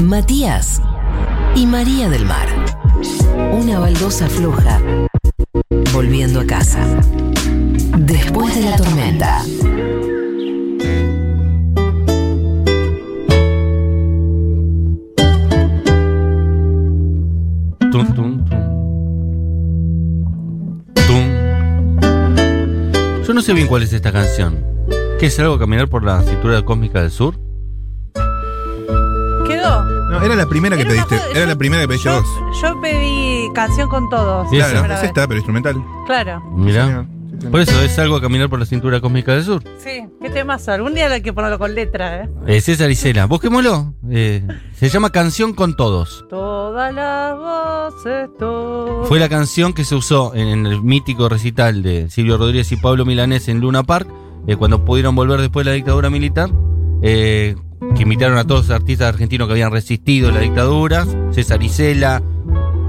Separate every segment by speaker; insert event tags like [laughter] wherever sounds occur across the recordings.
Speaker 1: Matías y María del Mar. Una baldosa floja volviendo a casa. Después de la tormenta.
Speaker 2: Tum, tum, tum. Tum. Yo no sé bien cuál es esta canción. ¿Qué es algo caminar por la cintura cósmica del sur?
Speaker 3: Quedó.
Speaker 4: No, era la primera que
Speaker 3: Era una
Speaker 4: pediste.
Speaker 3: joda-
Speaker 4: Era
Speaker 3: yo-
Speaker 4: la primera que pedí yo
Speaker 3: Yo,
Speaker 4: dos.
Speaker 3: yo pedí canción con todos.
Speaker 2: Sí,
Speaker 3: la
Speaker 2: esa.
Speaker 4: Claro,
Speaker 3: primera
Speaker 4: es
Speaker 3: vez.
Speaker 4: esta, pero instrumental.
Speaker 3: Claro.
Speaker 2: Mira.
Speaker 4: Sí, sí.
Speaker 2: Ah, Por eso es algo caminar por la cintura cósmica del sur.
Speaker 3: Sí. Qué temazo. Algún día hay que ponerlo con letra, ¿eh?
Speaker 2: Eh, César Isela, busquémoslo. Eh, se llama Canción con Todos.
Speaker 3: Todas las voces, todo.
Speaker 2: Fue la canción que se usó en, en el mítico recital de Silvio Rodríguez y Pablo Milanés en Luna Park, eh, cuando pudieron volver después de la dictadura militar, eh, que invitaron a todos los artistas argentinos que habían resistido la dictadura, César Isela,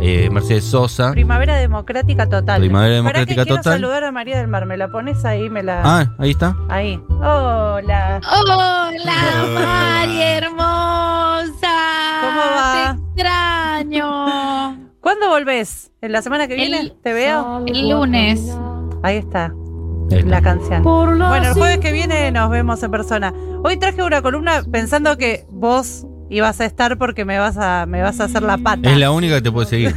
Speaker 2: eh, Mercedes Sosa.
Speaker 3: Primavera democrática total.
Speaker 2: Primavera
Speaker 3: Pará que
Speaker 2: democrática
Speaker 3: quiero
Speaker 2: total.
Speaker 3: saludar a María del Mar. Me la pones ahí, me la.
Speaker 2: Ah, ahí está.
Speaker 3: Ahí. Hola.
Speaker 5: Hola,
Speaker 4: Hola.
Speaker 5: Mari hermosa.
Speaker 3: ¿Cómo va?
Speaker 5: Te extraño.
Speaker 3: ¿Cuándo volvés? ¿En la semana que viene?
Speaker 5: El-
Speaker 3: ¿Te veo?
Speaker 5: El lunes.
Speaker 3: Ahí está,
Speaker 2: Ahí está.
Speaker 3: la canción.
Speaker 5: Por los
Speaker 3: Bueno, el jueves que viene nos vemos en persona. Hoy traje una columna pensando que vos ibas a estar porque me vas a, me vas a hacer la pata.
Speaker 2: Es la única que te puede
Speaker 3: [laughs]
Speaker 2: seguir.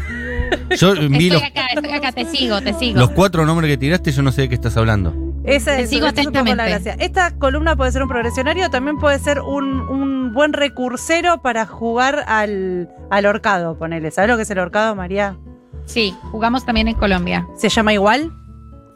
Speaker 2: Yo vi
Speaker 5: Estoy
Speaker 2: los,
Speaker 5: acá, estoy acá, te sigo, te sigo.
Speaker 2: los cuatro nombres que tiraste, yo no sé de qué estás hablando.
Speaker 3: Esa
Speaker 5: Te
Speaker 3: es,
Speaker 5: sigo
Speaker 3: esa es un poco la
Speaker 5: atentamente.
Speaker 3: gracia. Esta columna puede ser un progresionario, también puede ser un, un buen recursero para jugar al, al horcado, ponele. ¿Sabes lo que es el horcado, María?
Speaker 5: Sí, jugamos también en Colombia.
Speaker 3: ¿Se llama igual?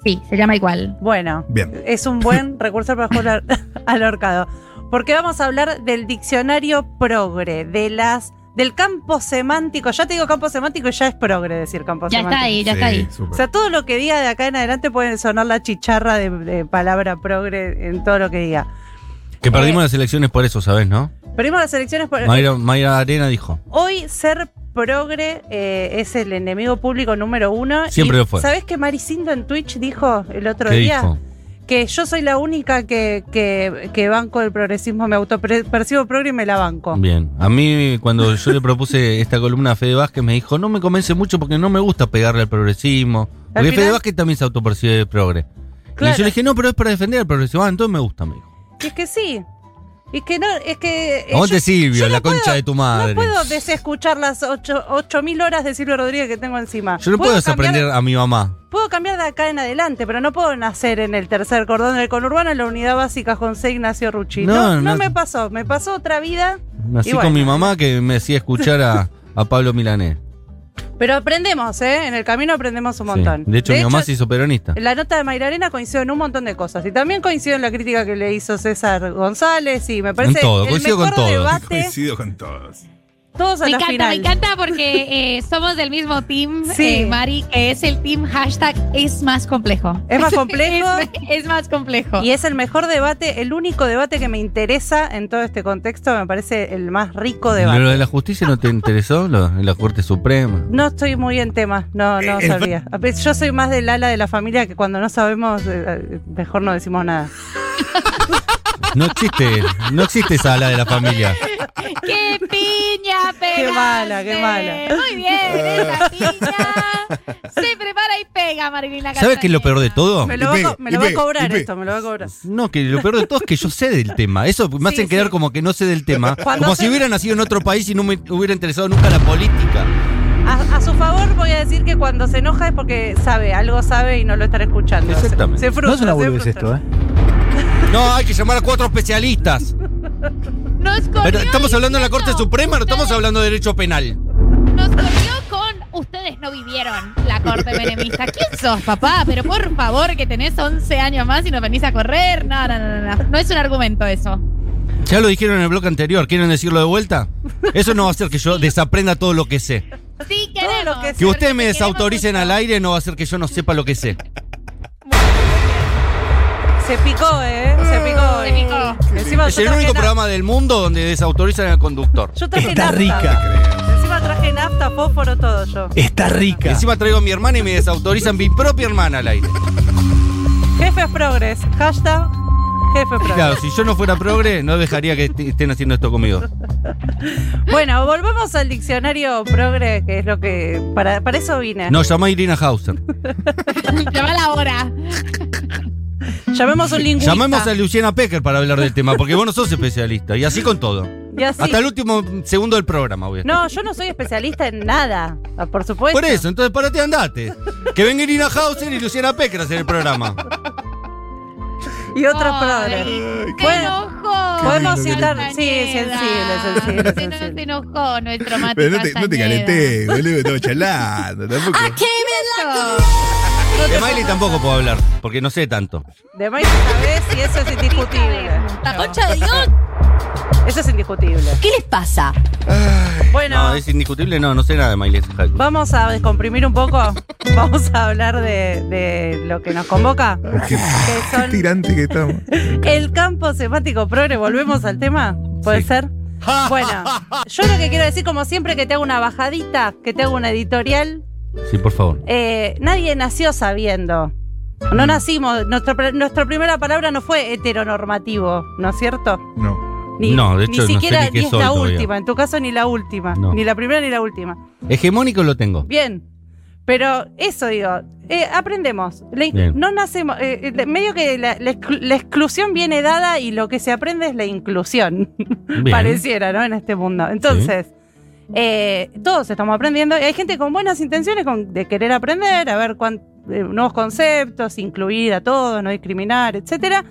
Speaker 5: Sí, se llama igual.
Speaker 3: Bueno,
Speaker 4: Bien.
Speaker 3: es un
Speaker 5: [laughs]
Speaker 3: buen recurso para jugar al- [laughs] al horcado. Porque vamos a hablar del diccionario progre, de las, del campo semántico. Ya te digo campo semántico y ya es progre decir campo
Speaker 5: Ya
Speaker 3: semántico.
Speaker 5: está ahí, ya
Speaker 4: Sí,
Speaker 5: está ahí.
Speaker 4: súper.
Speaker 3: O sea, todo lo que diga de acá en adelante puede sonar la chicharra de, de palabra progre en todo lo que diga.
Speaker 2: Que perdimos
Speaker 3: Eh,
Speaker 2: las elecciones por eso, ¿sabes, no?
Speaker 3: Perdimos las elecciones por...
Speaker 2: Mayra, Mayra Arena dijo.
Speaker 3: Hoy ser progre eh, es el enemigo público número uno.
Speaker 2: Siempre
Speaker 3: Y
Speaker 2: lo fue.
Speaker 3: ¿Sabés que Maricindo en Twitch dijo el otro
Speaker 2: ¿Qué
Speaker 3: día?
Speaker 2: dijo?
Speaker 3: que yo soy la única que, que, que banco el progresismo, me autopercibo progre y me la banco.
Speaker 2: Bien, a mí cuando
Speaker 3: [laughs]
Speaker 2: yo le propuse esta columna a Fede Vázquez me dijo, no me convence mucho porque no me gusta pegarle al progresismo. Porque
Speaker 3: final-
Speaker 2: Fede Vázquez también se autopercibe de progre.
Speaker 3: Claro.
Speaker 2: Y yo le dije, no, pero es para defender al progresismo. Ah, entonces me gusta, me dijo.
Speaker 3: Y es que sí. Y es que no, es que. eh,
Speaker 2: Aguante
Speaker 3: yo-
Speaker 2: Silvio,
Speaker 3: yo no
Speaker 2: la concha
Speaker 3: puedo-
Speaker 2: de tu madre.
Speaker 3: No puedo desescuchar las ocho- 8000 horas de Silvio Rodríguez que tengo encima.
Speaker 2: Yo no puedo
Speaker 3: cambiar-
Speaker 2: desaprender a mi mamá.
Speaker 3: Puedo cambiar de acá en adelante, pero no puedo nacer en el tercer cordón del conurbano en la unidad básica José Ignacio Rucci. No,
Speaker 2: No,
Speaker 3: no,
Speaker 2: no.
Speaker 3: me pasó. Me pasó otra vida.
Speaker 2: Nací
Speaker 3: Y bueno.
Speaker 2: con mi mamá que me hacía escuchar a, a Pablo Milanés.
Speaker 3: Pero aprendemos, ¿eh? En el camino aprendemos un
Speaker 2: Sí.
Speaker 3: montón.
Speaker 2: De hecho, mi mamá se hizo peronista.
Speaker 3: La nota de Mayra Arena coincido en un montón de cosas. Y también coincido en la crítica que le hizo César González. Y me parece
Speaker 2: En todo,
Speaker 3: el
Speaker 2: coincido
Speaker 3: mejor
Speaker 2: con todo.
Speaker 3: debate.
Speaker 4: Coincido con todos.
Speaker 3: Todos a
Speaker 5: Me
Speaker 3: la
Speaker 5: encanta,
Speaker 3: final.
Speaker 5: me encanta porque eh, somos del mismo team,
Speaker 3: Sí.
Speaker 5: eh, Mari, que es el team hashtag es más complejo.
Speaker 3: Es más complejo.
Speaker 5: [laughs] Es, es más complejo.
Speaker 3: Y es el mejor debate, el único debate que me interesa en todo este contexto. Me parece el más rico
Speaker 2: Pero
Speaker 3: debate.
Speaker 2: lo de la justicia no te interesó, lo, en la Corte Suprema.
Speaker 3: No estoy muy en temas, no, no
Speaker 4: Eh,
Speaker 3: sabía. A ver, Yo soy más del ala de la familia que cuando no sabemos, eh, mejor no decimos nada.
Speaker 2: No existe, no existe esa ala de la
Speaker 3: [laughs]
Speaker 2: familia.
Speaker 5: ¡Qué piña pegaste!
Speaker 3: Qué mala, qué mala.
Speaker 5: Muy bien,
Speaker 2: [laughs]
Speaker 5: esa piña se prepara y pega, Marilina
Speaker 2: ¿Sabes qué es lo peor de todo?
Speaker 3: Me lo,
Speaker 4: Y
Speaker 3: va, a
Speaker 4: pega,
Speaker 3: co- me
Speaker 4: y
Speaker 3: lo va a
Speaker 4: pega, y
Speaker 3: cobrar
Speaker 4: pega.
Speaker 3: esto, me lo va a cobrar.
Speaker 2: No, que lo peor de todo es que yo sé del tema. Eso me
Speaker 3: Sí,
Speaker 2: hacen quedar
Speaker 3: sí.
Speaker 2: como que no sé del tema.
Speaker 3: Cuando
Speaker 2: como
Speaker 3: se-
Speaker 2: si hubiera nacido en otro país y no me hubiera interesado nunca la política.
Speaker 3: A, a su favor voy a decir que cuando se enoja es porque sabe, algo sabe y no lo están escuchando.
Speaker 2: Exactamente.
Speaker 3: Se, se frustra.
Speaker 6: No es una
Speaker 3: se
Speaker 6: boludez esto,
Speaker 3: frustra.
Speaker 6: ¿eh?
Speaker 2: No, hay que llamar a cuatro especialistas.
Speaker 5: Nos corrió
Speaker 2: Pero estamos hablando de la Corte
Speaker 5: diciendo,
Speaker 2: Suprema, no estamos
Speaker 5: ustedes-
Speaker 2: hablando de derecho penal.
Speaker 5: Nos corrió con ustedes no vivieron la Corte Menemista. ¿Quién sos, papá? Pero por favor, que tenés 11 años más y nos venís a correr. No, no, no, no. No, no es un argumento eso.
Speaker 2: Ya lo dijeron en el bloque anterior, ¿quieren decirlo de vuelta? Eso no va a hacer que yo desaprenda todo lo que sé.
Speaker 5: Sí,
Speaker 3: Todo lo
Speaker 5: queremos.
Speaker 3: que
Speaker 2: Que
Speaker 3: Sí,
Speaker 2: ustedes me desautoricen al aire no va a hacer que yo no sepa lo que sé.
Speaker 3: Se picó, ¿eh? Se picó.
Speaker 5: Ah, Se picó.
Speaker 3: Encima
Speaker 2: Es
Speaker 3: yo
Speaker 2: el
Speaker 3: traje
Speaker 2: único
Speaker 3: na-
Speaker 2: programa del mundo donde desautorizan al conductor.
Speaker 3: Yo traje
Speaker 6: Está
Speaker 3: nafta.
Speaker 6: rica. Eh.
Speaker 3: Encima traje nafta, fósforo, todo yo.
Speaker 6: Está rica.
Speaker 2: Encima traigo a mi hermana y me desautorizan mi propia hermana al aire.
Speaker 3: Jefes Progres. Hashtag Jefes Progres.
Speaker 2: Claro, si yo no fuera progre, no dejaría que est- estén haciendo esto conmigo.
Speaker 3: Bueno, volvamos al diccionario progre, que es lo que. Para, para eso vine.
Speaker 2: No, llamá a Irina Hauser.
Speaker 5: Llama la hora.
Speaker 3: Llamemos un lingüista.
Speaker 2: Llamemos a Luciana Pecker para hablar del tema, porque vos no sos especialista. Y así con todo.
Speaker 3: Y así-
Speaker 2: Hasta el último segundo del programa, voy a estar.
Speaker 3: No, yo no soy especialista en nada, ah, por supuesto.
Speaker 2: Por eso, entonces parate, andate. Que venga Irina Hauser y Luciana Pecker a hacer el programa.
Speaker 3: Y otros
Speaker 5: Ay,
Speaker 3: progres.
Speaker 5: Se
Speaker 3: Bueno,
Speaker 5: enojó.
Speaker 3: podemos
Speaker 5: Castañeda.
Speaker 3: citar- sí, sensible, sensible,
Speaker 5: Se- no-
Speaker 3: sensible.
Speaker 5: Se enojó nuestro Mati
Speaker 4: Pero no te, no te
Speaker 5: Castañeda.
Speaker 4: calenté, boludo, estamos charlando. Tampoco.
Speaker 3: Ah,
Speaker 2: De Miley tampoco puedo hablar, porque no sé tanto.
Speaker 3: De Mike sabés y eso es indiscutible.
Speaker 5: La
Speaker 6: ¡Concha
Speaker 5: concha-
Speaker 6: de Dios!
Speaker 3: Eso es indiscutible.
Speaker 6: ¿Qué les pasa?
Speaker 3: Bueno,
Speaker 2: No, es indiscutible, no, no sé nada de Miley. Cyrus.
Speaker 3: vamos a descomprimir un poco. Vamos a hablar de, de lo que nos convoca.
Speaker 4: Qué,
Speaker 2: Ah,
Speaker 3: Que
Speaker 4: qué
Speaker 3: son
Speaker 4: tirante que estamos.
Speaker 3: el campo semántico progre. Volvemos al tema. ¿Puede
Speaker 2: Sí. [laughs]
Speaker 3: ser? Bueno, yo lo que quiero decir, como siempre, que te hago una bajadita, que te hago una editorial.
Speaker 2: Sí, por favor.
Speaker 3: eh, nadie nació sabiendo.
Speaker 2: Mm.
Speaker 3: No nacimos, nuestro pre- nuestra primera palabra no fue heteronormativo, ¿no es cierto?
Speaker 4: No.
Speaker 2: No, de hecho, no sé
Speaker 3: siquiera
Speaker 2: ni qué
Speaker 3: es
Speaker 2: soy
Speaker 3: la
Speaker 2: todavía.
Speaker 3: última, en tu caso ni la última,
Speaker 2: No.
Speaker 3: ni la primera ni la última.
Speaker 2: Hegemónico lo tengo.
Speaker 3: Bien, pero eso digo, eh, aprendemos. La in-
Speaker 2: Bien.
Speaker 3: no nacemos, eh, eh, de- medio que la, la exclu- la exclusión viene dada y lo que se aprende es la inclusión, [laughs]
Speaker 2: Bien.
Speaker 3: pareciera, ¿no? En este mundo. Entonces, eh, todos estamos aprendiendo y hay gente con buenas intenciones con- de querer aprender, a ver cuán- eh, nuevos conceptos, incluir a todos, no discriminar, etcétera.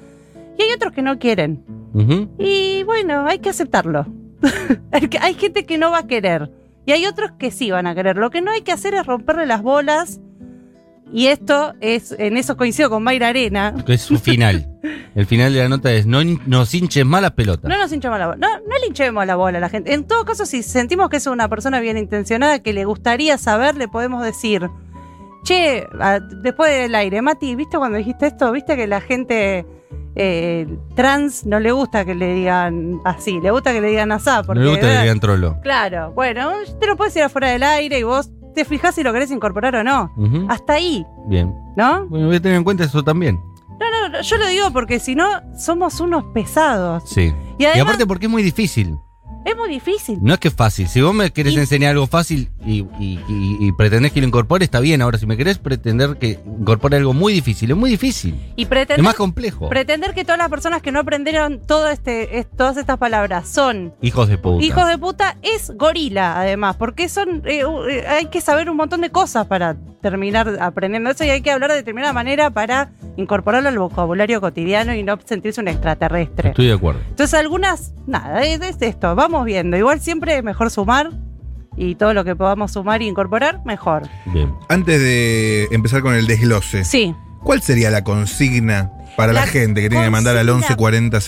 Speaker 3: Y hay otros que no quieren.
Speaker 2: Ujú.
Speaker 3: Y bueno, hay que aceptarlo. [laughs] Hay que- hay gente que no va a querer. Y hay otros que sí van a querer. Lo que no hay que hacer es romperle las bolas. Y esto es, en eso coincido con Mayra Arena.
Speaker 2: Que Es su final. El final de la nota es: no hin- nos hinches más las pelotas.
Speaker 3: No nos hinchemos la bola. No, no le hinchemos la bola a la gente. En todo caso, si sentimos que es una persona bien intencionada que le gustaría saber, le podemos decir. Che, a- después del aire, Mati, ¿viste cuando dijiste esto? ¿Viste que la gente eh, trans no le gusta que le digan así? Le gusta que le digan asá.
Speaker 2: No
Speaker 3: Porque,
Speaker 2: le gusta que
Speaker 3: ¿verdad?
Speaker 2: le digan trolo.
Speaker 3: Claro, bueno, te lo puedes ir afuera del aire y vos te fijás si lo querés incorporar o no.
Speaker 2: Ujú.
Speaker 3: Hasta ahí,
Speaker 2: Bien.
Speaker 3: ¿no?
Speaker 2: Bueno, voy a tener en cuenta eso también.
Speaker 3: No, no, yo lo digo porque si no, somos unos pesados.
Speaker 2: Sí.
Speaker 3: Y
Speaker 2: Y
Speaker 3: además,
Speaker 2: aparte, porque es muy difícil.
Speaker 3: es muy difícil.
Speaker 2: No es que es fácil. Si vos me querés
Speaker 3: Y-
Speaker 2: enseñar algo fácil y, y- y- y pretendés que lo incorpore, está bien. Ahora, si me querés pretender que incorpore algo muy difícil, es muy difícil.
Speaker 3: Y
Speaker 2: Es
Speaker 3: pretender,
Speaker 2: más complejo.
Speaker 3: pretender que todas las personas que no aprendieron todo este, es- todas estas palabras son
Speaker 2: Hijos de puta.
Speaker 3: hijos de puta es gorila, además, porque son eh, u- eh, hay que saber un montón de cosas para terminar aprendiendo eso y hay que hablar de determinada manera para incorporarlo al vocabulario cotidiano y no sentirse un extraterrestre.
Speaker 2: Estoy de acuerdo.
Speaker 3: Entonces algunas, nada, es, es esto, vamos viendo. Igual siempre es mejor sumar y todo lo que podamos sumar e incorporar, mejor.
Speaker 2: Bien.
Speaker 4: Antes de empezar con el desglose,
Speaker 3: Sí,
Speaker 4: ¿cuál sería la consigna para la,
Speaker 3: La
Speaker 4: gente que tiene que mandar al
Speaker 3: consigna-
Speaker 4: 1140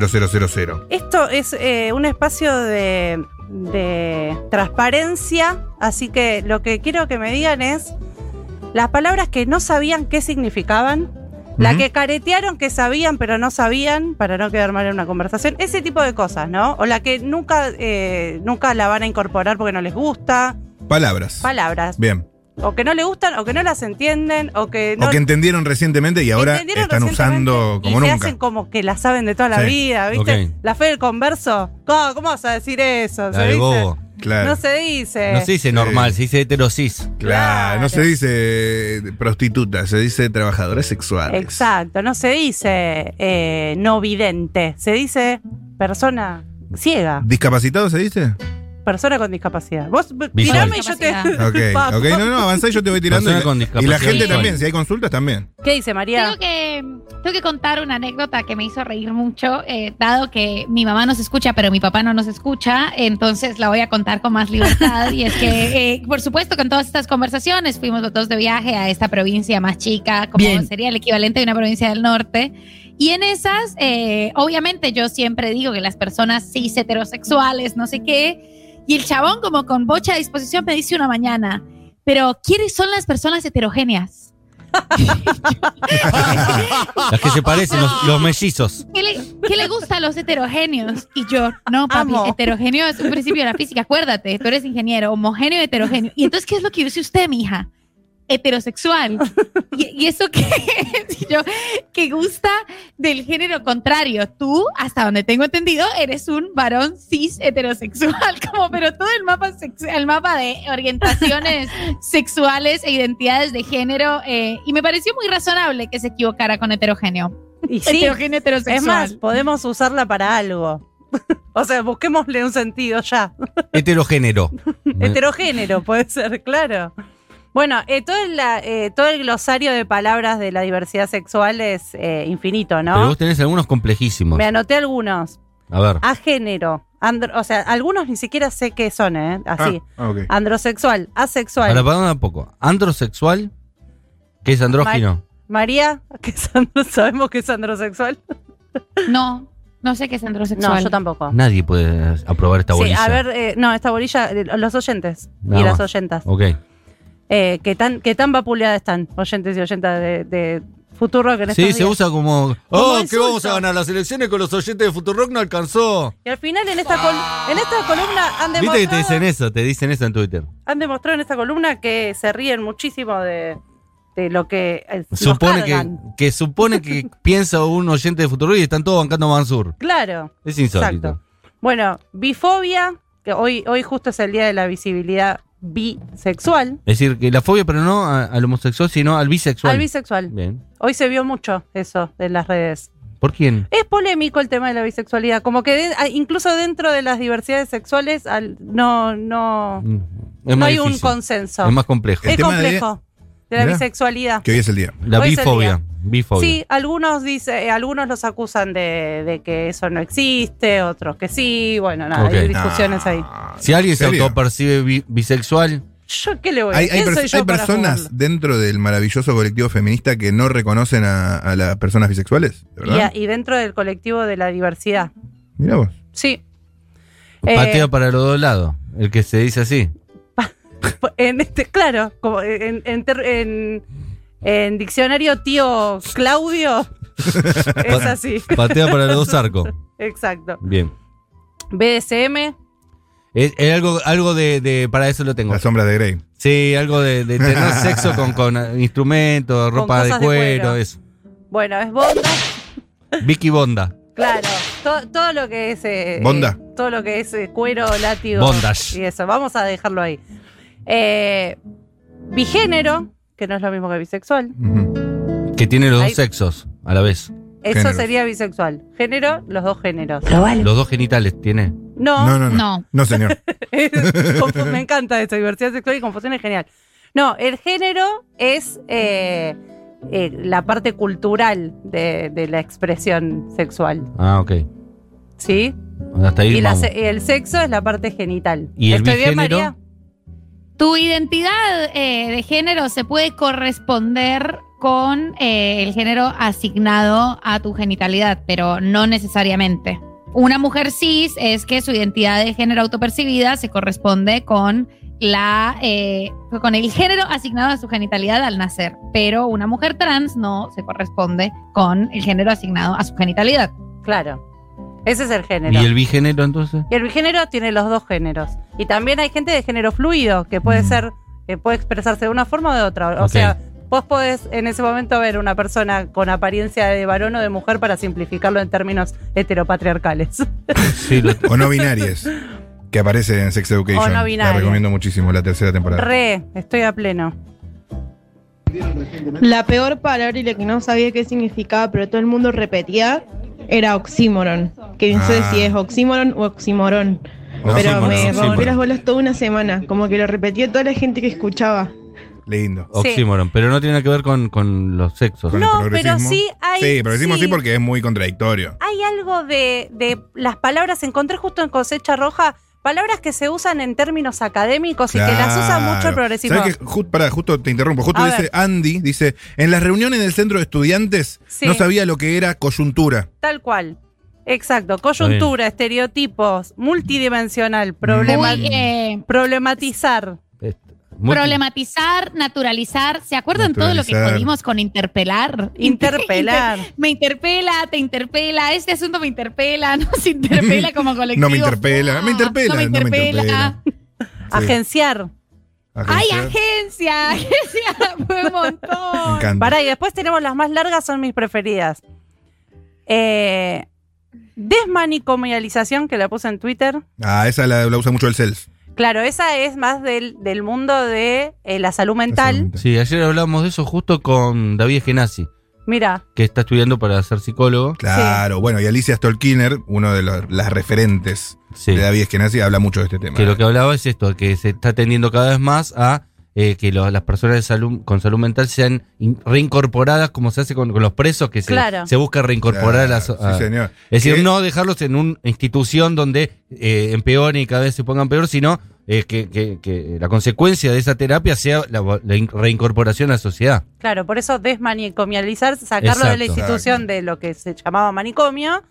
Speaker 4: 660000?
Speaker 3: esto es eh, un espacio de, de transparencia, así que lo que quiero que me digan es las palabras que no sabían qué significaban. La
Speaker 4: Ujú.
Speaker 3: que caretearon que sabían pero no sabían para no quedar mal en una conversación, ese tipo de cosas, ¿no? O la que nunca, eh, nunca la van a incorporar porque no les gusta.
Speaker 4: Palabras.
Speaker 3: Palabras.
Speaker 4: Bien.
Speaker 3: o que no le gustan, o que no las entienden, o que no
Speaker 4: o que entendieron recientemente y ahora
Speaker 3: entendieron
Speaker 4: están
Speaker 3: recientemente
Speaker 4: usando
Speaker 3: y
Speaker 4: como
Speaker 3: se
Speaker 4: nunca.
Speaker 3: hacen como que la saben de toda la
Speaker 4: Sí.
Speaker 3: vida, ¿viste?
Speaker 2: Ok.
Speaker 3: La fe del converso. ¿Cómo, cómo vas a decir eso? ¿Se
Speaker 2: Dale,
Speaker 3: dice? eh,
Speaker 2: bobo.
Speaker 4: Claro.
Speaker 3: No se dice.
Speaker 2: No se dice normal, se dice heterosis.
Speaker 4: Claro, no se
Speaker 3: Claro.
Speaker 4: dice prostituta, se dice trabajadora sexual.
Speaker 3: Exacto, no se dice eh, no vidente, se dice persona ciega,
Speaker 4: ¿Discapacitado se dice?
Speaker 3: persona con discapacidad. Vos
Speaker 2: Visual.
Speaker 3: tirame y yo te...
Speaker 4: Ok,
Speaker 3: Papo.
Speaker 4: ok, no, no, avanzá y yo te voy tirando.
Speaker 2: Persona
Speaker 4: Y la-
Speaker 2: con
Speaker 4: y la
Speaker 2: discapacidad
Speaker 4: gente
Speaker 2: visual.
Speaker 4: también, si hay consultas también.
Speaker 3: [laughs] ¿Qué dice María?
Speaker 5: Tengo que, tengo que contar una anécdota que me hizo reír mucho, eh, dado que mi mamá nos escucha, pero mi papá no nos escucha, entonces la voy a contar con más libertad. y es que, eh, por supuesto, con todas estas conversaciones, fuimos los dos de viaje a esta provincia más chica, como
Speaker 6: Bien.
Speaker 5: sería el equivalente de una provincia del norte. Y en esas, eh, obviamente yo siempre digo que las personas cis heterosexuales, no sé qué, y el chabón como con bocha a disposición me dice una mañana, pero ¿quiénes son las personas heterogéneas?
Speaker 2: Las que se parecen, los, los mellizos.
Speaker 5: ¿Qué le, qué le gusta a los heterogéneos? Y yo, no, papi,
Speaker 3: Amo.
Speaker 5: heterogéneo es un principio de la física, acuérdate, tú eres ingeniero, homogéneo, heterogéneo. ¿Y entonces qué es lo que dice usted, mija? heterosexual. Y, y eso que, si yo, que gusta del género contrario. Tú, hasta donde tengo entendido, eres un varón cis heterosexual, [laughs] como pero todo el mapa, sex- el mapa de
Speaker 3: [laughs]
Speaker 5: orientaciones sexuales e identidades de género. eh, y me pareció muy razonable que se equivocara con heterogéneo.
Speaker 3: Y sí,
Speaker 5: Heterogéneo heterosexual.
Speaker 3: es más, podemos usarla para algo. [laughs] o sea, busquémosle un sentido ya. [laughs]
Speaker 2: Heterogénero.
Speaker 3: Heterogénero puede ser, claro. Bueno, eh, todo, el, la- eh, todo el glosario de palabras de la diversidad sexual es eh, infinito,
Speaker 2: Pero
Speaker 3: ¿no?
Speaker 2: vos tenés algunos complejísimos.
Speaker 3: Me Ah, anoté algunos.
Speaker 2: A ver.
Speaker 3: A género. andro- o sea, algunos ni siquiera sé qué son, ¿eh? Así.
Speaker 4: Ah, ok.
Speaker 3: Androsexual, asexual.
Speaker 2: Para parar un poco. Androsexual, que es andrógino.
Speaker 3: María, [laughs] que es andro- sabemos que es androsexual.
Speaker 5: No, no sé qué es androsexual.
Speaker 3: No, yo tampoco.
Speaker 2: Nadie puede aprobar esta
Speaker 3: Sí,
Speaker 2: bolilla.
Speaker 3: a ver, eh, no, esta bolilla, eh, los oyentes
Speaker 2: Nada
Speaker 3: y las
Speaker 2: más.
Speaker 3: oyentas.
Speaker 2: Ok.
Speaker 3: eh, que tan que tan vapuleadas están, oyentes y oyentas de, de Futuro que en
Speaker 2: Sí,
Speaker 3: estos
Speaker 2: se
Speaker 3: días-
Speaker 2: usa como.
Speaker 3: Como
Speaker 2: ¡Oh, que
Speaker 3: insulto.
Speaker 2: vamos a ganar las elecciones con los oyentes de Futurock! No alcanzó.
Speaker 3: Y al final en esta col- en esta columna han
Speaker 2: Viste que te
Speaker 3: demostrado,
Speaker 2: dicen eh, eso, te dicen eso en Twitter.
Speaker 3: han demostrado en esta columna que se ríen muchísimo de, de lo que eh, los
Speaker 2: Supone que,
Speaker 3: cargan.
Speaker 2: que supone
Speaker 3: [laughs]
Speaker 2: que piensa un oyente de Futurock y están todos bancando a Mansur.
Speaker 3: Claro.
Speaker 2: Es insólito.
Speaker 3: Exacto. Bueno, bifobia, que hoy hoy justo es el día de la visibilidad bisexual,
Speaker 2: Es decir, que la fobia, pero no a- al homosexual, sino al bisexual.
Speaker 3: al bisexual.
Speaker 2: Bien.
Speaker 3: Hoy se vio mucho eso en las redes.
Speaker 2: ¿Por quién?
Speaker 3: Es polémico el tema de la bisexualidad, como que de- ah, incluso dentro de las diversidades sexuales al- no, no,
Speaker 2: Mm, Es
Speaker 3: no
Speaker 2: más
Speaker 3: hay un
Speaker 2: difícil,
Speaker 3: consenso.
Speaker 2: Es más complejo.
Speaker 4: El
Speaker 3: Es
Speaker 4: tema de-
Speaker 3: complejo de, la
Speaker 4: Mirá.
Speaker 3: bisexualidad.
Speaker 4: Que hoy es el día.
Speaker 2: La
Speaker 3: Eh, Hoy es el
Speaker 2: bifobia. Bifobia.
Speaker 3: Sí, algunos dice, eh, algunos los acusan de, de que eso no existe, otros que sí, bueno, nada,
Speaker 2: Ok.
Speaker 3: hay discusiones ahí.
Speaker 4: Ah,
Speaker 2: Si alguien
Speaker 4: ¿en
Speaker 2: se
Speaker 4: serio?
Speaker 2: autopercibe bi- bisexual,
Speaker 3: Yo qué le voy a
Speaker 4: Hay,
Speaker 3: decir.
Speaker 4: hay pers- hay personas dentro del maravilloso colectivo feminista que no reconocen a, a las personas bisexuales, ¿de
Speaker 3: Y,
Speaker 4: ¿verdad?
Speaker 3: a- y dentro del colectivo de la diversidad.
Speaker 4: Mira vos.
Speaker 3: Sí. Eh, [laughs]
Speaker 2: patea para los dos lados. El que se dice así.
Speaker 3: En este, claro, como en, en ter- en- en diccionario tío Claudio es así.
Speaker 2: Patea para los dos arcos.
Speaker 3: Exacto.
Speaker 2: Bien.
Speaker 3: BDSM,
Speaker 2: Es, es algo, algo de, de- Para eso lo tengo.
Speaker 4: La sombra de Grey.
Speaker 2: Sí, algo de, de
Speaker 4: [laughs]
Speaker 2: tener sexo con, con eh, instrumentos,
Speaker 3: Con
Speaker 2: ropa de
Speaker 3: cosas
Speaker 2: cuero,
Speaker 3: de cuero.
Speaker 2: eso.
Speaker 3: bueno, es Bonda,
Speaker 2: Vicky Bonda.
Speaker 3: claro. to- todo lo que es. eh,
Speaker 4: Bonda.
Speaker 3: eh, todo lo que es eh, cuero, látigo.
Speaker 2: Bondage.
Speaker 3: Y eso, vamos a dejarlo ahí. Eh, bigénero, que no es lo mismo que bisexual.
Speaker 4: Ujú.
Speaker 2: Que tiene los
Speaker 3: Ahí-
Speaker 2: dos sexos a la vez.
Speaker 3: Eso
Speaker 4: Géneros.
Speaker 3: sería bisexual. Género, los dos géneros.
Speaker 1: Lo vale.
Speaker 2: Los dos genitales tiene.
Speaker 3: No, [laughs]
Speaker 4: No, no, no.
Speaker 5: No.
Speaker 2: [laughs]
Speaker 4: No, señor.
Speaker 3: Confu- Me encanta esto, diversidad sexual y confusión es genial. No, el género es eh, eh, la parte cultural de, de la expresión sexual,
Speaker 2: Ah, ok.
Speaker 3: ¿sí?
Speaker 2: Hasta ahí.
Speaker 3: Y la
Speaker 2: vamos.
Speaker 3: se- el sexo es la parte genital.
Speaker 2: ¿Y el
Speaker 3: ¿Estoy bien,
Speaker 2: bigénero?
Speaker 3: María?
Speaker 5: Tu identidad eh, de género se puede corresponder con eh, el género asignado a tu genitalidad, pero no necesariamente. Una mujer cis es que su identidad de género autopercibida se corresponde con la eh, con el género asignado a su genitalidad al nacer, pero una mujer trans no se corresponde con el género asignado a su genitalidad.
Speaker 3: Claro. Ese es el género.
Speaker 2: ¿Y el bigénero entonces?
Speaker 3: Y el bigénero tiene los dos géneros. Y también hay gente de género fluido que puede
Speaker 4: Mm.
Speaker 3: ser, que puede expresarse de una forma o de otra. O
Speaker 2: Ok.
Speaker 3: sea, vos podés en ese momento ver una persona con apariencia de varón o de mujer para simplificarlo en términos heteropatriarcales.
Speaker 2: Sí, lo-
Speaker 4: O no binarias. Que aparece en Sex Education.
Speaker 3: O no
Speaker 4: La
Speaker 3: binaria.
Speaker 4: recomiendo muchísimo la tercera temporada.
Speaker 3: Re, estoy a pleno.
Speaker 6: La peor palabra y la que no sabía qué significaba, pero todo el mundo repetía, era oxímoron. Que no sé
Speaker 4: Ah.
Speaker 6: si es oxímoron o oxímoron.
Speaker 4: No,
Speaker 6: pero
Speaker 4: oxímoron,
Speaker 6: me
Speaker 4: oxímoron.
Speaker 6: rompí las bolas toda una semana. Como que lo repetía toda la gente que escuchaba.
Speaker 4: Lindo.
Speaker 2: Oxímoron. Pero no tiene que ver con, con los sexos.
Speaker 4: Con el
Speaker 3: No,
Speaker 4: progresismo.
Speaker 3: pero sí hay-
Speaker 4: Sí, progresismo sí.
Speaker 3: sí.
Speaker 4: porque es muy contradictorio.
Speaker 3: Hay algo de, de las palabras, encontré justo en cosecha roja, palabras que se usan en términos académicos y que las usa mucho el progresismo.
Speaker 4: ¿Sabes que, ju- pará, justo te interrumpo. Justo
Speaker 3: A
Speaker 4: dice
Speaker 3: ver.
Speaker 4: Andy, dice, en las reuniones del centro de estudiantes
Speaker 3: Sí.
Speaker 4: no sabía lo que era coyuntura.
Speaker 3: Tal cual. Exacto. Coyuntura, estereotipos, multidimensional, problema-
Speaker 5: Muy, eh,
Speaker 3: problematizar.
Speaker 2: Este, Muy-
Speaker 5: problematizar, naturalizar. ¿Se acuerdan todo lo que
Speaker 4: Naturalizar.
Speaker 5: jodimos con interpelar?
Speaker 3: Interpelar.
Speaker 5: me interpela, te interpela, este asunto me interpela, [laughs]
Speaker 4: [laughs]
Speaker 5: nos interpela como colectivo.
Speaker 4: No me interpela, me interpela,
Speaker 5: No me
Speaker 4: no me
Speaker 5: interpela.
Speaker 4: interpela. Sí.
Speaker 3: Agenciar.
Speaker 5: ¡Ay,
Speaker 4: Agencia.
Speaker 5: agencia! [laughs] ¡Agencia! ¡Fue un
Speaker 4: Me
Speaker 5: montón!
Speaker 4: encanta.
Speaker 3: Pará, y después tenemos las más largas, son mis preferidas. Eh, desmanicomialización, que la puse en Twitter.
Speaker 4: Ah, esa la, la usa mucho el CELS.
Speaker 3: Claro, esa es más del, del mundo de eh, la salud mental.
Speaker 2: Sí, ayer hablábamos de eso justo con David Genasi,
Speaker 3: Mira,
Speaker 2: que está estudiando para ser psicólogo.
Speaker 4: Claro, bueno, y Alicia Stolkiner, uno de los- las referentes
Speaker 2: Sí.
Speaker 4: de David Eskenazi, habla mucho de este tema.
Speaker 2: Que lo que hablaba es esto, que se está tendiendo cada vez más a eh, que lo- las personas de salud, con salud mental sean in- reincorporadas, como se hace con, con los presos, que se,
Speaker 3: Claro.
Speaker 2: se busca reincorporar a las...
Speaker 4: Claro,
Speaker 2: a-
Speaker 4: sí, señor.
Speaker 2: es decir,
Speaker 4: Que-
Speaker 2: no dejarlos en una institución donde eh, empeoren y cada vez se pongan peor, sino eh, que, que- que la consecuencia de esa terapia sea la, la in- reincorporación a la sociedad.
Speaker 3: claro, por eso desmanicomializar, sacarlo de la
Speaker 2: Exacto.
Speaker 3: institución de lo que se llamaba manicomio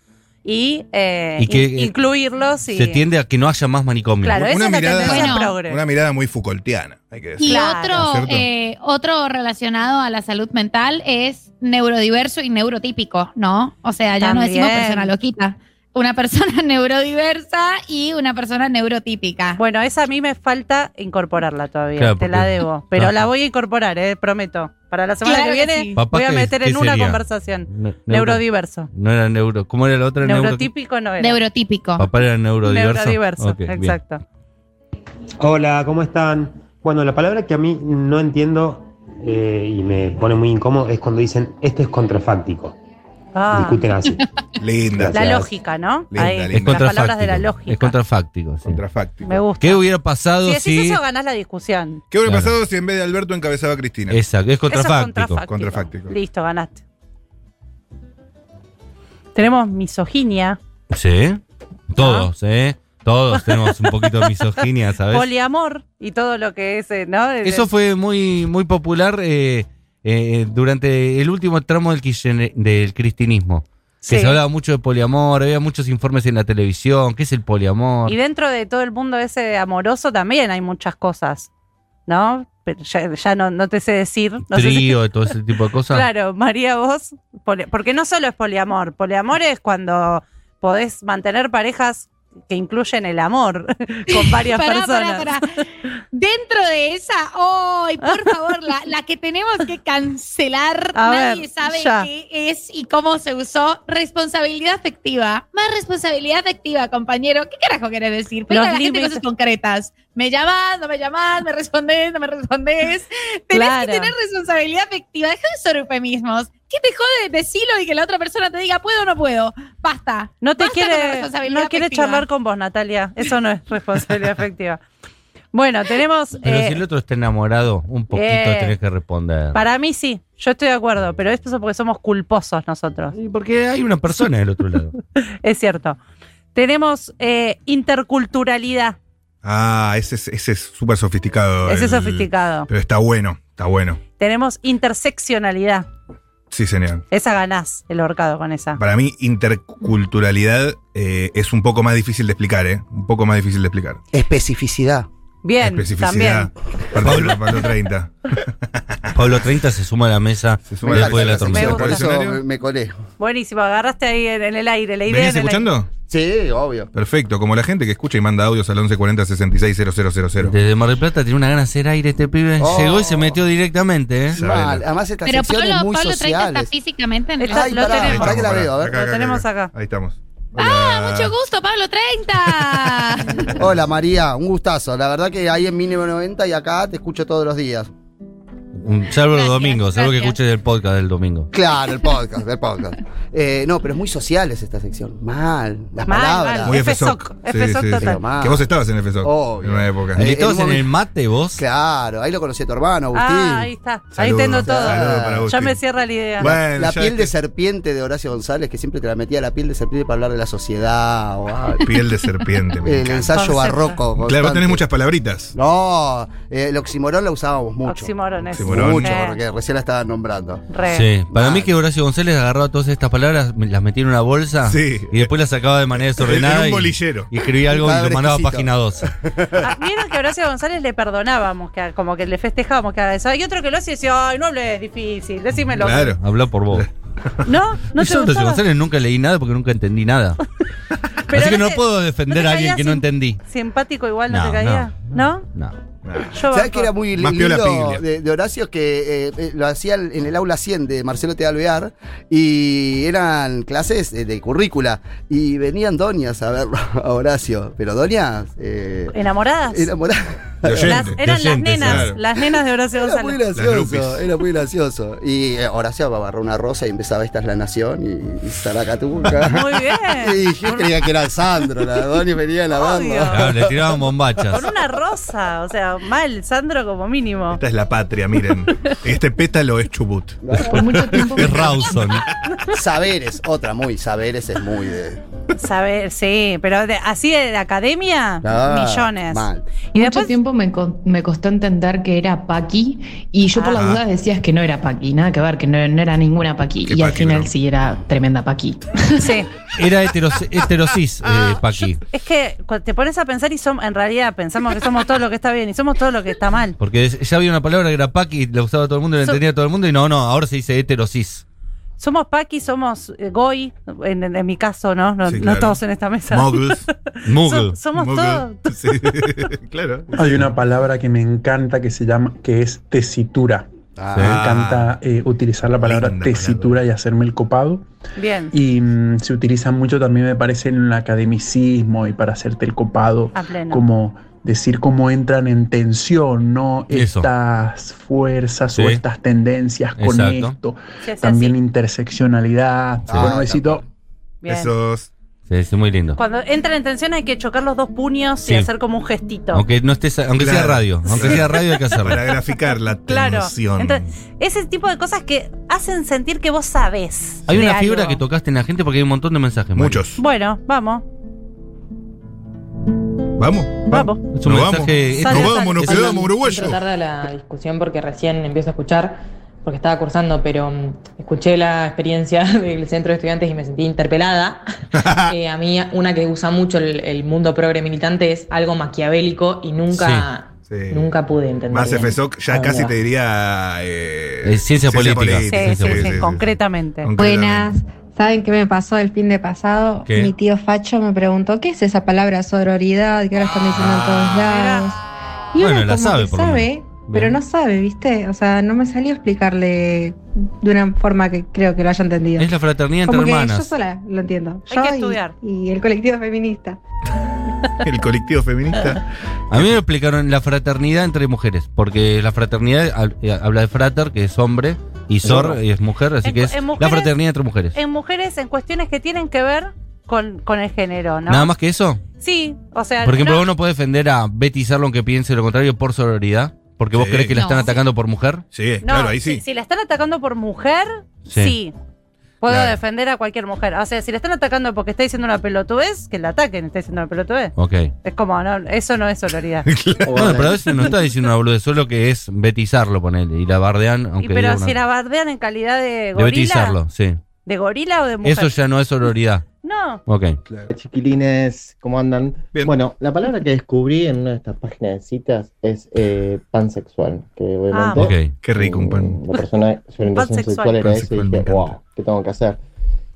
Speaker 3: y, eh,
Speaker 2: Y que,
Speaker 3: in-
Speaker 2: eh,
Speaker 3: incluirlos. Y,
Speaker 2: Se tiende a que no haya más manicomio.
Speaker 3: claro,
Speaker 4: Una
Speaker 3: esa es la
Speaker 4: mirada-
Speaker 3: tendencia
Speaker 5: Bueno.
Speaker 3: progre.
Speaker 4: Una mirada muy Foucaultiana, hay que decir.
Speaker 5: Y
Speaker 3: Claro.
Speaker 5: otro,
Speaker 4: ¿Cierto?
Speaker 5: eh, otro relacionado a la salud mental es neurodiverso y neurotípico, ¿no? O sea, ya no decimos
Speaker 3: También.
Speaker 5: persona loquita. Una persona [laughs] neurodiversa y una persona neurotípica.
Speaker 3: Bueno, esa a mí me falta incorporarla todavía,
Speaker 2: Claro,
Speaker 3: te la
Speaker 2: porque-
Speaker 3: debo. Pero
Speaker 2: Claro.
Speaker 3: la voy a incorporar, eh, prometo. Para la semana
Speaker 5: Claro
Speaker 3: que
Speaker 5: que
Speaker 3: viene
Speaker 5: sí.
Speaker 2: Papá,
Speaker 3: voy a
Speaker 2: ¿qué-
Speaker 3: meter
Speaker 2: qué
Speaker 3: en una
Speaker 2: sería?
Speaker 3: conversación.
Speaker 2: Ne- neuro-
Speaker 3: Neurodiverso.
Speaker 2: no era neuro. ¿Cómo era la otra? Neuro-
Speaker 3: Neurotípico no era.
Speaker 5: Neurotípico.
Speaker 2: Papá era neurodiverso.
Speaker 3: Neurodiverso,
Speaker 2: Ok, bien.
Speaker 3: exacto.
Speaker 7: Hola, ¿cómo están? Bueno, la palabra que a mí no entiendo eh, y me pone muy incómodo es cuando dicen esto es contrafáctico.
Speaker 3: Ah,
Speaker 7: Discuten así.
Speaker 4: Linda.
Speaker 3: la
Speaker 7: Gracias.
Speaker 3: lógica, ¿no?
Speaker 4: Linda,
Speaker 3: Ahí,
Speaker 4: linda.
Speaker 2: Es
Speaker 3: Las
Speaker 2: contrafáctico.
Speaker 3: palabras de la lógica.
Speaker 2: Es contrafáctico. sí.
Speaker 4: Contrafáctico.
Speaker 3: Me gusta.
Speaker 2: ¿Qué hubiera pasado
Speaker 3: si
Speaker 2: si.?
Speaker 3: decís eso, ganás la discusión.
Speaker 4: ¿Qué hubiera
Speaker 2: Claro.
Speaker 4: pasado si en vez de Alberto encabezaba a Cristina?
Speaker 2: Exacto, es
Speaker 3: Eso es
Speaker 2: contrafáctico.
Speaker 4: Contrafáctico.
Speaker 3: Listo, ganaste. Tenemos misoginia,
Speaker 2: Sí. Todos, ¿eh? Todos tenemos un poquito de misoginia, ¿sabes?
Speaker 3: poliamor y todo lo que es, eh, ¿no?
Speaker 2: Eso fue muy, muy popular eh, eh, durante el último tramo del, kirchner- del cristinismo. Que
Speaker 3: Sí.
Speaker 2: se hablaba mucho de poliamor, había muchos informes en la televisión. ¿Qué es el poliamor?
Speaker 3: Y dentro de todo el mundo ese amoroso también hay muchas cosas, ¿no? Pero ya, ya no, no te sé decir. No sé si-
Speaker 2: Trío, todo ese tipo de cosas.
Speaker 3: [laughs] Claro, María, vos. poli- Porque no solo es poliamor. Poliamor es cuando podés mantener parejas que incluyen el amor [laughs] con varias
Speaker 5: Pará,
Speaker 3: personas.
Speaker 5: pará,
Speaker 3: [laughs]
Speaker 5: pará. Dentro de esa, ¡ay, por favor! La, la que tenemos que cancelar,
Speaker 3: A
Speaker 5: nadie
Speaker 3: ver,
Speaker 5: sabe
Speaker 3: ya.
Speaker 5: qué es y cómo se usó. Responsabilidad afectiva. Más responsabilidad afectiva, compañero. ¿Qué carajo querés decir? Pero
Speaker 3: Los
Speaker 5: a la gente
Speaker 3: límites.
Speaker 5: cosas concretas. Me llamás, no me llamás, me respondés, no
Speaker 3: [laughs]
Speaker 5: me respondés. Tenés
Speaker 3: Claro.
Speaker 5: que tener responsabilidad afectiva. Deja de ser eufemismos. ¿Qué te jode? Decilo y que la otra persona te diga, ¿puedo o no puedo? Basta.
Speaker 3: No te
Speaker 5: Basta con la
Speaker 3: quiere,
Speaker 5: responsabilidad
Speaker 3: no quiere
Speaker 5: afectiva.
Speaker 3: charlar con vos, Natalia. Eso no es [laughs] responsabilidad afectiva. Bueno, tenemos.
Speaker 2: Pero
Speaker 3: eh,
Speaker 2: si el otro está enamorado, un poquito
Speaker 3: eh,
Speaker 2: tenés que responder.
Speaker 3: Para mí sí, yo estoy de acuerdo, pero esto es porque somos culposos nosotros.
Speaker 2: Y Porque hay una persona del otro lado.
Speaker 3: Es cierto. Tenemos eh, interculturalidad.
Speaker 4: Ah, ese es ese es súper sofisticado.
Speaker 3: Ese es
Speaker 4: el-
Speaker 3: sofisticado.
Speaker 4: Pero está bueno, está bueno.
Speaker 3: Tenemos interseccionalidad.
Speaker 4: Sí, señor.
Speaker 3: Esa ganás el horcado con esa.
Speaker 4: Para mí, interculturalidad eh, es un poco más difícil de explicar, ¿eh? Un poco más difícil de explicar.
Speaker 8: Especificidad.
Speaker 3: Bien, también.
Speaker 4: Especificidad. Pablo, Pablo 30.
Speaker 2: [laughs] Pablo 30 se suma a la mesa
Speaker 4: Se suma a la
Speaker 2: después de la
Speaker 4: mesa, se
Speaker 2: tormenta.
Speaker 3: suma.
Speaker 8: Por eso
Speaker 4: ¿Diccionario?
Speaker 8: me, me colé.
Speaker 3: Buenísimo, agarraste [laughs] ahí en, en el aire la idea.
Speaker 4: ¿Venís
Speaker 3: en el aire.
Speaker 4: escuchando?
Speaker 8: Sí, obvio.
Speaker 4: Perfecto, como la gente que escucha y manda audios al 1140 660000.
Speaker 2: Desde Mar del Plata tiene una gana de hacer aire este pibe.
Speaker 8: Oh.
Speaker 2: Llegó y se metió directamente, ¿eh?
Speaker 4: Saben.
Speaker 8: Mal. Además, estas
Speaker 5: Pero
Speaker 8: secciones
Speaker 5: Pablo,
Speaker 8: muy
Speaker 5: Pablo 30 está
Speaker 8: sociales.
Speaker 5: físicamente en el
Speaker 3: Está-
Speaker 8: Ay,
Speaker 3: lo
Speaker 8: pará,
Speaker 3: tenemos.
Speaker 8: pará que la veo, a ver.
Speaker 3: Lo tenemos acá.
Speaker 4: Ahí estamos.
Speaker 5: ¡Ah, mucho gusto, Pablo
Speaker 9: [laughs]
Speaker 5: 30!
Speaker 8: Hola María, un gustazo. La verdad que ahí en 1990 y acá te escucho todos los días.
Speaker 2: Mm, Salvo los
Speaker 5: Gracias,
Speaker 2: domingos, salvo que
Speaker 5: gracias.
Speaker 2: escuches el podcast del domingo.
Speaker 8: Claro, el podcast, el podcast. Eh, no, pero es muy social es esta sección. Mal, las
Speaker 3: Mal,
Speaker 8: palabras.
Speaker 3: mal.
Speaker 4: Muy
Speaker 3: FSOC.
Speaker 4: FSOC.
Speaker 3: FSOC total.
Speaker 4: Que vos estabas en FSOC
Speaker 8: Obvio.
Speaker 4: en una época.
Speaker 8: Eh,
Speaker 2: ¿Militabas
Speaker 8: en
Speaker 2: en,
Speaker 8: un
Speaker 2: el mate vos?
Speaker 8: Claro, ahí lo conocí a tu hermano, Agustín.
Speaker 3: Ah, ahí está. ahí
Speaker 4: Saludos.
Speaker 3: tengo todo.
Speaker 4: Saludos para Agustín.
Speaker 3: ya me cierra la idea.
Speaker 4: Bueno,
Speaker 8: la
Speaker 4: ya este-
Speaker 8: piel de
Speaker 4: te-
Speaker 8: serpiente de Horacio González, que siempre te la metía la piel de serpiente para hablar de la sociedad. o, ah,
Speaker 4: Piel de serpiente.
Speaker 8: [laughs]
Speaker 4: me
Speaker 8: el
Speaker 4: encanta.
Speaker 8: ensayo
Speaker 3: Concepto.
Speaker 8: barroco.
Speaker 4: Claro, vos
Speaker 8: constante.
Speaker 4: tenés muchas palabritas.
Speaker 8: No, eh, el oximorón la usábamos mucho.
Speaker 3: Oximorones.
Speaker 4: Oximorón.
Speaker 8: Mucho,
Speaker 3: Eh,
Speaker 8: porque recién la estaba nombrando.
Speaker 3: re.
Speaker 2: Sí. Para
Speaker 8: Mal.
Speaker 2: mí que Horacio González agarraba todas estas palabras, me- las metía en una bolsa
Speaker 4: Sí.
Speaker 2: y después las sacaba de manera desordenada.
Speaker 4: En un
Speaker 2: y-
Speaker 4: bolillero.
Speaker 2: Y, escribía algo y lo
Speaker 8: Padre
Speaker 2: mandaba a
Speaker 8: exquisito.
Speaker 2: página 2.
Speaker 3: Ah, Vieron que a Horacio González le perdonábamos, que como que le festejábamos cada vez. Hay otro que lo hace y dice, ay, no hables difícil, decímelo.
Speaker 4: Claro.
Speaker 2: Hablá por vos.
Speaker 3: No, no
Speaker 2: Y
Speaker 3: te
Speaker 2: yo de Horacio
Speaker 3: gustaba?
Speaker 2: González nunca leí nada porque nunca entendí nada.
Speaker 3: Pero
Speaker 2: Así que
Speaker 3: no
Speaker 2: no
Speaker 3: te-
Speaker 2: puedo defender
Speaker 3: no te
Speaker 2: a alguien
Speaker 3: caías
Speaker 2: que no
Speaker 3: sin-
Speaker 2: entendí.
Speaker 3: Simpático igual no,
Speaker 2: No,
Speaker 3: te caía. ¿No?
Speaker 2: no, No.
Speaker 4: Ah,
Speaker 3: Yo
Speaker 8: ¿Sabes
Speaker 3: banco.
Speaker 8: que era muy
Speaker 4: Más piola Piglia.
Speaker 8: lindo de, de Horacio? Que eh, eh, lo hacía en el aula 100 de Marcelo T. Alvear y eran clases eh, de currícula y venían doñas a verlo a Horacio, pero doñas eh,
Speaker 3: ¿Enamoradas? [laughs]
Speaker 8: enamoradas.
Speaker 4: De oyente,
Speaker 3: Las-
Speaker 4: de
Speaker 3: eran las
Speaker 2: oyente,
Speaker 3: nenas,
Speaker 4: claro.
Speaker 3: las nenas de Horacio
Speaker 8: Era muy
Speaker 3: González.
Speaker 8: gracioso,
Speaker 4: groupies.
Speaker 8: era muy gracioso. Y eh, Horacio agarró una rosa y empezaba Esta es la Nación y, y Saracatuca.
Speaker 3: Muy bien.
Speaker 8: [laughs] Y yo creía que era Sandro, la doña venía de la banda.
Speaker 3: Obvio.
Speaker 2: Claro, le tiraban bombachas.
Speaker 3: Con una rosa, o sea, mal, Sandro como mínimo.
Speaker 4: Esta es la
Speaker 3: [laughs]
Speaker 4: patria, miren. Este pétalo es Chubut.
Speaker 5: Por mucho tiempo.
Speaker 2: Es Rawson.
Speaker 8: Saberes, otra muy, Saberes es muy de...
Speaker 3: Saber, sí, pero de- así de la academia,
Speaker 8: Ah,
Speaker 3: millones.
Speaker 8: mal.
Speaker 3: Y
Speaker 9: Mucho
Speaker 3: después,
Speaker 9: tiempo me, co- me costó entender que era Paqui y yo por las
Speaker 4: Ah.
Speaker 9: dudas decías que no era Paqui, nada que ver, que no, no era ninguna Paqui.
Speaker 4: Qué
Speaker 9: Y al
Speaker 4: Paqui,
Speaker 9: final
Speaker 4: bro.
Speaker 9: sí era tremenda Paqui.
Speaker 3: sí.
Speaker 2: Era heteros- heterosis,
Speaker 3: Ah,
Speaker 2: eh, Paqui.
Speaker 3: Es que cu- te pones a pensar y somos, en realidad pensamos que somos todo lo que está bien y somos todo lo que está mal.
Speaker 2: Porque es- ya había una palabra que era Paqui y la usaba todo el mundo y la
Speaker 3: So-
Speaker 2: entendía todo el mundo. Y no, no, ahora se dice heterosis.
Speaker 3: Somos Paqui, somos eh, Goy, en, en- en mi caso, ¿no? No,
Speaker 4: Sí,
Speaker 3: no
Speaker 4: claro.
Speaker 3: todos en esta mesa. [laughs]
Speaker 4: Moguls.
Speaker 2: Muggle.
Speaker 3: So- somos
Speaker 4: Muggle.
Speaker 3: todos.
Speaker 4: Sí, [laughs] claro.
Speaker 7: [laughs] Hay una palabra que me encanta que se llama, que es tesitura. Me
Speaker 8: Ah,
Speaker 4: Sí.
Speaker 7: encanta eh, utilizar la palabra
Speaker 4: Linda
Speaker 7: tesitura y hacerme el copado.
Speaker 3: Bien,
Speaker 7: Y mm, se utiliza mucho también, me parece, en el academicismo y para hacerte el copado.
Speaker 3: a pleno.
Speaker 7: Como decir cómo entran en tensión, ¿no?
Speaker 2: Eso.
Speaker 7: Estas fuerzas
Speaker 2: Sí.
Speaker 7: o estas tendencias con
Speaker 2: Exacto.
Speaker 7: esto.
Speaker 3: Se hace
Speaker 7: También
Speaker 3: así.
Speaker 7: interseccionalidad.
Speaker 8: Ah,
Speaker 7: bueno, besito.
Speaker 3: Bien.
Speaker 4: Esos.
Speaker 2: Sí, es muy lindo.
Speaker 3: Cuando entra en tensión hay que chocar los dos puños
Speaker 2: Sí.
Speaker 3: y hacer como un gestito.
Speaker 2: Aunque no estés, aunque sea
Speaker 4: Claro.
Speaker 2: radio. Aunque sea radio hay que hacerlo.
Speaker 3: [laughs]
Speaker 4: Para graficar la
Speaker 3: Claro.
Speaker 4: tensión.
Speaker 3: Entonces, ese tipo de cosas que hacen sentir que vos sabés.
Speaker 2: Hay
Speaker 3: de
Speaker 2: una fibra
Speaker 3: algo.
Speaker 2: que tocaste en la gente porque hay un montón de mensajes. Mario.
Speaker 4: Muchos.
Speaker 3: Bueno, vamos,
Speaker 4: Vamos.
Speaker 3: vamos.
Speaker 2: Es un mensaje.
Speaker 4: Nos vamos.
Speaker 2: heterosis.
Speaker 4: Nos vamos, nos
Speaker 2: Es una-
Speaker 4: quedamos, uruguayo.
Speaker 10: Entro tarde a la discusión porque recién empiezo a escuchar, porque estaba cursando, pero mm, escuché la experiencia [laughs] del centro de estudiantes y me sentí
Speaker 4: [laughs]
Speaker 10: interpelada. Eh, a mí una que usa mucho el, el mundo progre militante es algo maquiavélico y nunca, Eh,
Speaker 4: Sí, sí.
Speaker 10: nunca pude entender.
Speaker 4: Más
Speaker 10: bien
Speaker 4: FSOC
Speaker 10: a
Speaker 4: ya
Speaker 10: dónde
Speaker 4: casi
Speaker 10: va.
Speaker 4: te diría. eh,
Speaker 2: Eh, ciencia política. Sí,
Speaker 3: Sí, sí,
Speaker 2: sí,
Speaker 3: sí,
Speaker 2: sí, sí.
Speaker 3: concretamente.
Speaker 4: Buenas.
Speaker 9: ¿Saben qué me pasó el fin de pasado?
Speaker 2: ¿Qué? Mi
Speaker 9: tío Facho me preguntó, ¿qué es esa palabra sororidad que ahora están diciendo en
Speaker 4: Ah,
Speaker 9: todos lados? Y
Speaker 2: Bueno,
Speaker 9: uno
Speaker 2: la
Speaker 9: como
Speaker 2: sabe,
Speaker 9: que
Speaker 2: por lo
Speaker 9: sabe,
Speaker 2: menos.
Speaker 9: pero
Speaker 2: Bien.
Speaker 9: no sabe, ¿viste? O sea, no me salió explicarle de una forma que creo que lo haya entendido.
Speaker 2: Es la fraternidad entre
Speaker 9: Como que yo
Speaker 2: hermanas.
Speaker 9: sola lo entiendo.
Speaker 3: Hay
Speaker 9: Yo
Speaker 3: que
Speaker 9: y-
Speaker 3: estudiar.
Speaker 9: Y, el colectivo feminista.
Speaker 4: El colectivo feminista.
Speaker 2: A mí me explicaron la fraternidad entre mujeres, porque la fraternidad hab- eh, habla de frater, que es hombre, y sor es mujer, así
Speaker 3: En-
Speaker 2: que es
Speaker 3: en
Speaker 2: la
Speaker 3: mujeres-
Speaker 2: fraternidad entre mujeres.
Speaker 3: En mujeres, en cuestiones que tienen que ver con, con el género, ¿no?
Speaker 2: Nada más que eso.
Speaker 3: Sí, o sea,
Speaker 2: Por ejemplo,
Speaker 3: no-
Speaker 2: vos no podés defender a Betty Sarlon que piense lo contrario por sororidad, porque vos
Speaker 4: Sí.
Speaker 2: crees que la
Speaker 5: No.
Speaker 2: están atacando por mujer.
Speaker 4: Sí,
Speaker 3: no,
Speaker 4: claro, ahí
Speaker 3: si-
Speaker 4: sí.
Speaker 3: Si, la están atacando por mujer,
Speaker 2: Sí.
Speaker 3: sí. Puedo
Speaker 4: Claro.
Speaker 3: defender a cualquier mujer. O sea, si la están atacando porque está diciendo una pelotudez, que la ataquen, está diciendo una pelotudez.
Speaker 2: Ok.
Speaker 3: Es como, no, eso no es sororidad.
Speaker 2: Bueno, pero a veces no está diciendo una boludez, solo que es Betty Sarlo, ponele, y la bardean,
Speaker 3: Y
Speaker 2: aunque diga
Speaker 3: pero
Speaker 2: una-
Speaker 3: si la bardean en calidad de
Speaker 2: de Betty
Speaker 3: gorila,
Speaker 2: Sarlo, sí.
Speaker 3: de gorila o de mujer.
Speaker 2: Eso ya no es sororidad.
Speaker 3: No,
Speaker 2: Ok.
Speaker 10: Chiquilines, ¿cómo andan?
Speaker 4: Bien.
Speaker 10: Bueno, la palabra que descubrí en una de estas páginas de citas es eh, pansexual, que
Speaker 3: Ah,
Speaker 10: obviamente
Speaker 2: Ok.
Speaker 4: Qué rico un pan.
Speaker 10: Mm, La persona, su orientación
Speaker 3: Pansexual.
Speaker 10: sexual era esa y
Speaker 4: Pansexual, me
Speaker 10: dije,
Speaker 4: encanta.
Speaker 10: wow, ¿qué tengo que hacer?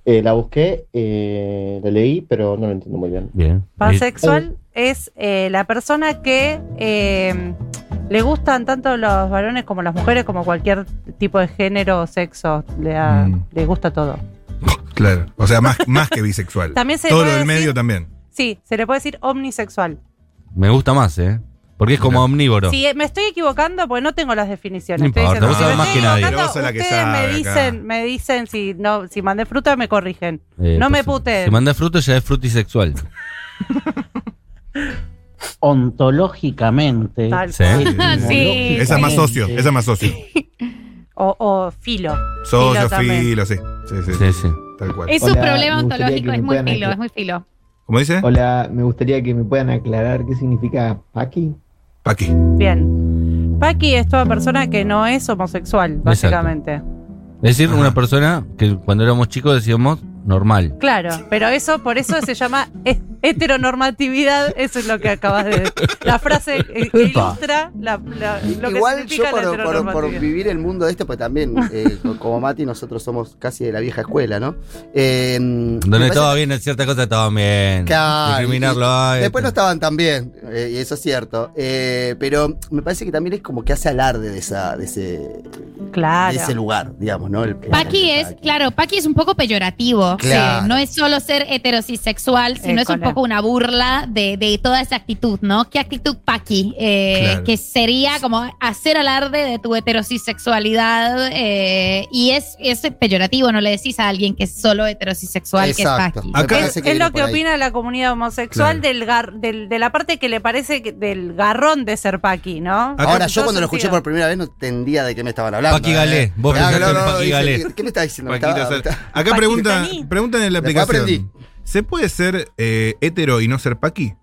Speaker 10: Eh, la busqué, eh, la leí, pero no lo entiendo muy bien.
Speaker 2: Bien.
Speaker 4: oh.
Speaker 3: pansexual es eh, la persona que eh, le gustan tanto los varones como las mujeres, como cualquier tipo de género o sexo. Le, da-
Speaker 4: Mm.
Speaker 3: le gusta todo.
Speaker 4: Claro. O sea, más, más que bisexual.
Speaker 3: También se
Speaker 4: Todo lo
Speaker 3: puede
Speaker 4: del
Speaker 3: decir- [laughs]
Speaker 4: medio también.
Speaker 3: Sí, se le puede decir omnisexual.
Speaker 2: Me gusta más, ¿eh? Porque es como
Speaker 4: Claro.
Speaker 2: omnívoro.
Speaker 3: Si me estoy equivocando, pues no tengo las definiciones.
Speaker 2: No
Speaker 3: Estoy
Speaker 2: importa,
Speaker 3: diciendo,
Speaker 4: vos
Speaker 3: si
Speaker 4: sabés
Speaker 3: me
Speaker 4: más
Speaker 3: estoy
Speaker 2: que nadie.
Speaker 3: equivocando,
Speaker 4: Pero vos sos la que
Speaker 3: ustedes
Speaker 4: sabe
Speaker 3: me
Speaker 4: acá.
Speaker 3: dicen, me dicen si no, si mandé fruta me corrigen.
Speaker 2: Eh,
Speaker 3: No me
Speaker 2: pues,
Speaker 3: puteen.
Speaker 2: Si manda fruto ya es frutisexual.
Speaker 11: ontológicamente,
Speaker 3: Tal
Speaker 2: Sí.
Speaker 3: cual.
Speaker 5: Ah, Sí.
Speaker 4: Esa más socio, esa más socio.
Speaker 3: O, o filo.
Speaker 4: Socio,
Speaker 3: Filo también.
Speaker 4: filo, sí. Sí, sí,
Speaker 2: Sí, sí.
Speaker 4: Tal cual.
Speaker 5: Es un
Speaker 10: Hola,
Speaker 5: problema
Speaker 10: me gustaría
Speaker 5: ontológico,
Speaker 10: que
Speaker 5: es
Speaker 10: me
Speaker 5: muy
Speaker 10: puedan
Speaker 5: filo,
Speaker 10: aclar-
Speaker 5: es muy filo.
Speaker 4: ¿Cómo dice?
Speaker 10: Hola, me gustaría que me puedan aclarar qué significa paqui.
Speaker 4: Paqui.
Speaker 3: Bien. Paqui es toda persona que no es homosexual, básicamente.
Speaker 2: Es decir,
Speaker 4: Ajá.
Speaker 2: una persona que cuando éramos chicos decíamos normal.
Speaker 3: Claro, pero eso, por eso se llama he- heteronormatividad, eso es lo que acabas de decir. La frase eh, que ilustra la- la- lo que
Speaker 8: Igual yo
Speaker 3: significa
Speaker 8: por,
Speaker 3: la
Speaker 8: por- por
Speaker 3: heteronormatividad.
Speaker 8: vivir el mundo de este, pues también, eh, co- como Mati, nosotros somos casi de la vieja escuela, ¿no? Eh, me
Speaker 2: Donde
Speaker 8: parece
Speaker 2: estaba bien, en ciertas cosas estaban bien.
Speaker 8: Claro,
Speaker 2: Discriminarlo.
Speaker 8: y-
Speaker 2: ay, este.
Speaker 8: Después no estaban tan bien, eh, y eso es cierto. Eh, pero me parece que también es como que hace alarde de, esa, de, ese,
Speaker 3: Claro.
Speaker 8: de ese lugar, digamos, ¿no? El-
Speaker 5: Paqui es, claro, Paqui es un poco peyorativo.
Speaker 8: Claro.
Speaker 5: Sí, no es solo ser heterosexual, sino es un
Speaker 3: École.
Speaker 5: poco una burla de, de toda esa actitud, ¿no? ¿Qué actitud Paqui? Eh,
Speaker 4: Claro.
Speaker 5: Que sería como hacer alarde de tu heterosexualidad eh, y es, es peyorativo, no le decís a alguien que es solo heterosexual
Speaker 8: Exacto. Ah,
Speaker 5: que es
Speaker 8: Me
Speaker 5: Paqui.
Speaker 2: Acá-
Speaker 8: parece
Speaker 3: Es, es
Speaker 8: viene
Speaker 3: lo que
Speaker 8: por ahí.
Speaker 3: opina la comunidad homosexual
Speaker 2: Claro.
Speaker 3: del, gar- del- de la parte que le parece que- del garrón de ser paqui, ¿no?
Speaker 2: Acá-
Speaker 8: Ahora, yo cuando lo escuché
Speaker 3: sentido.
Speaker 8: por primera vez no entendía de qué me estaban hablando. ¿eh?
Speaker 2: Paqui Galé, vos
Speaker 8: pensaste
Speaker 2: pensaste en Paqui Galé.
Speaker 8: ¿Qué me está diciendo? Me
Speaker 4: Paquita
Speaker 8: estaba-
Speaker 4: Sal-
Speaker 8: me está-
Speaker 4: Acá
Speaker 3: Paquita
Speaker 4: preguntan,
Speaker 3: Ni.
Speaker 4: preguntan en la
Speaker 8: Después
Speaker 4: aplicación.
Speaker 8: aprendí.
Speaker 4: ¿Se puede ser eh, hetero y no ser paqui?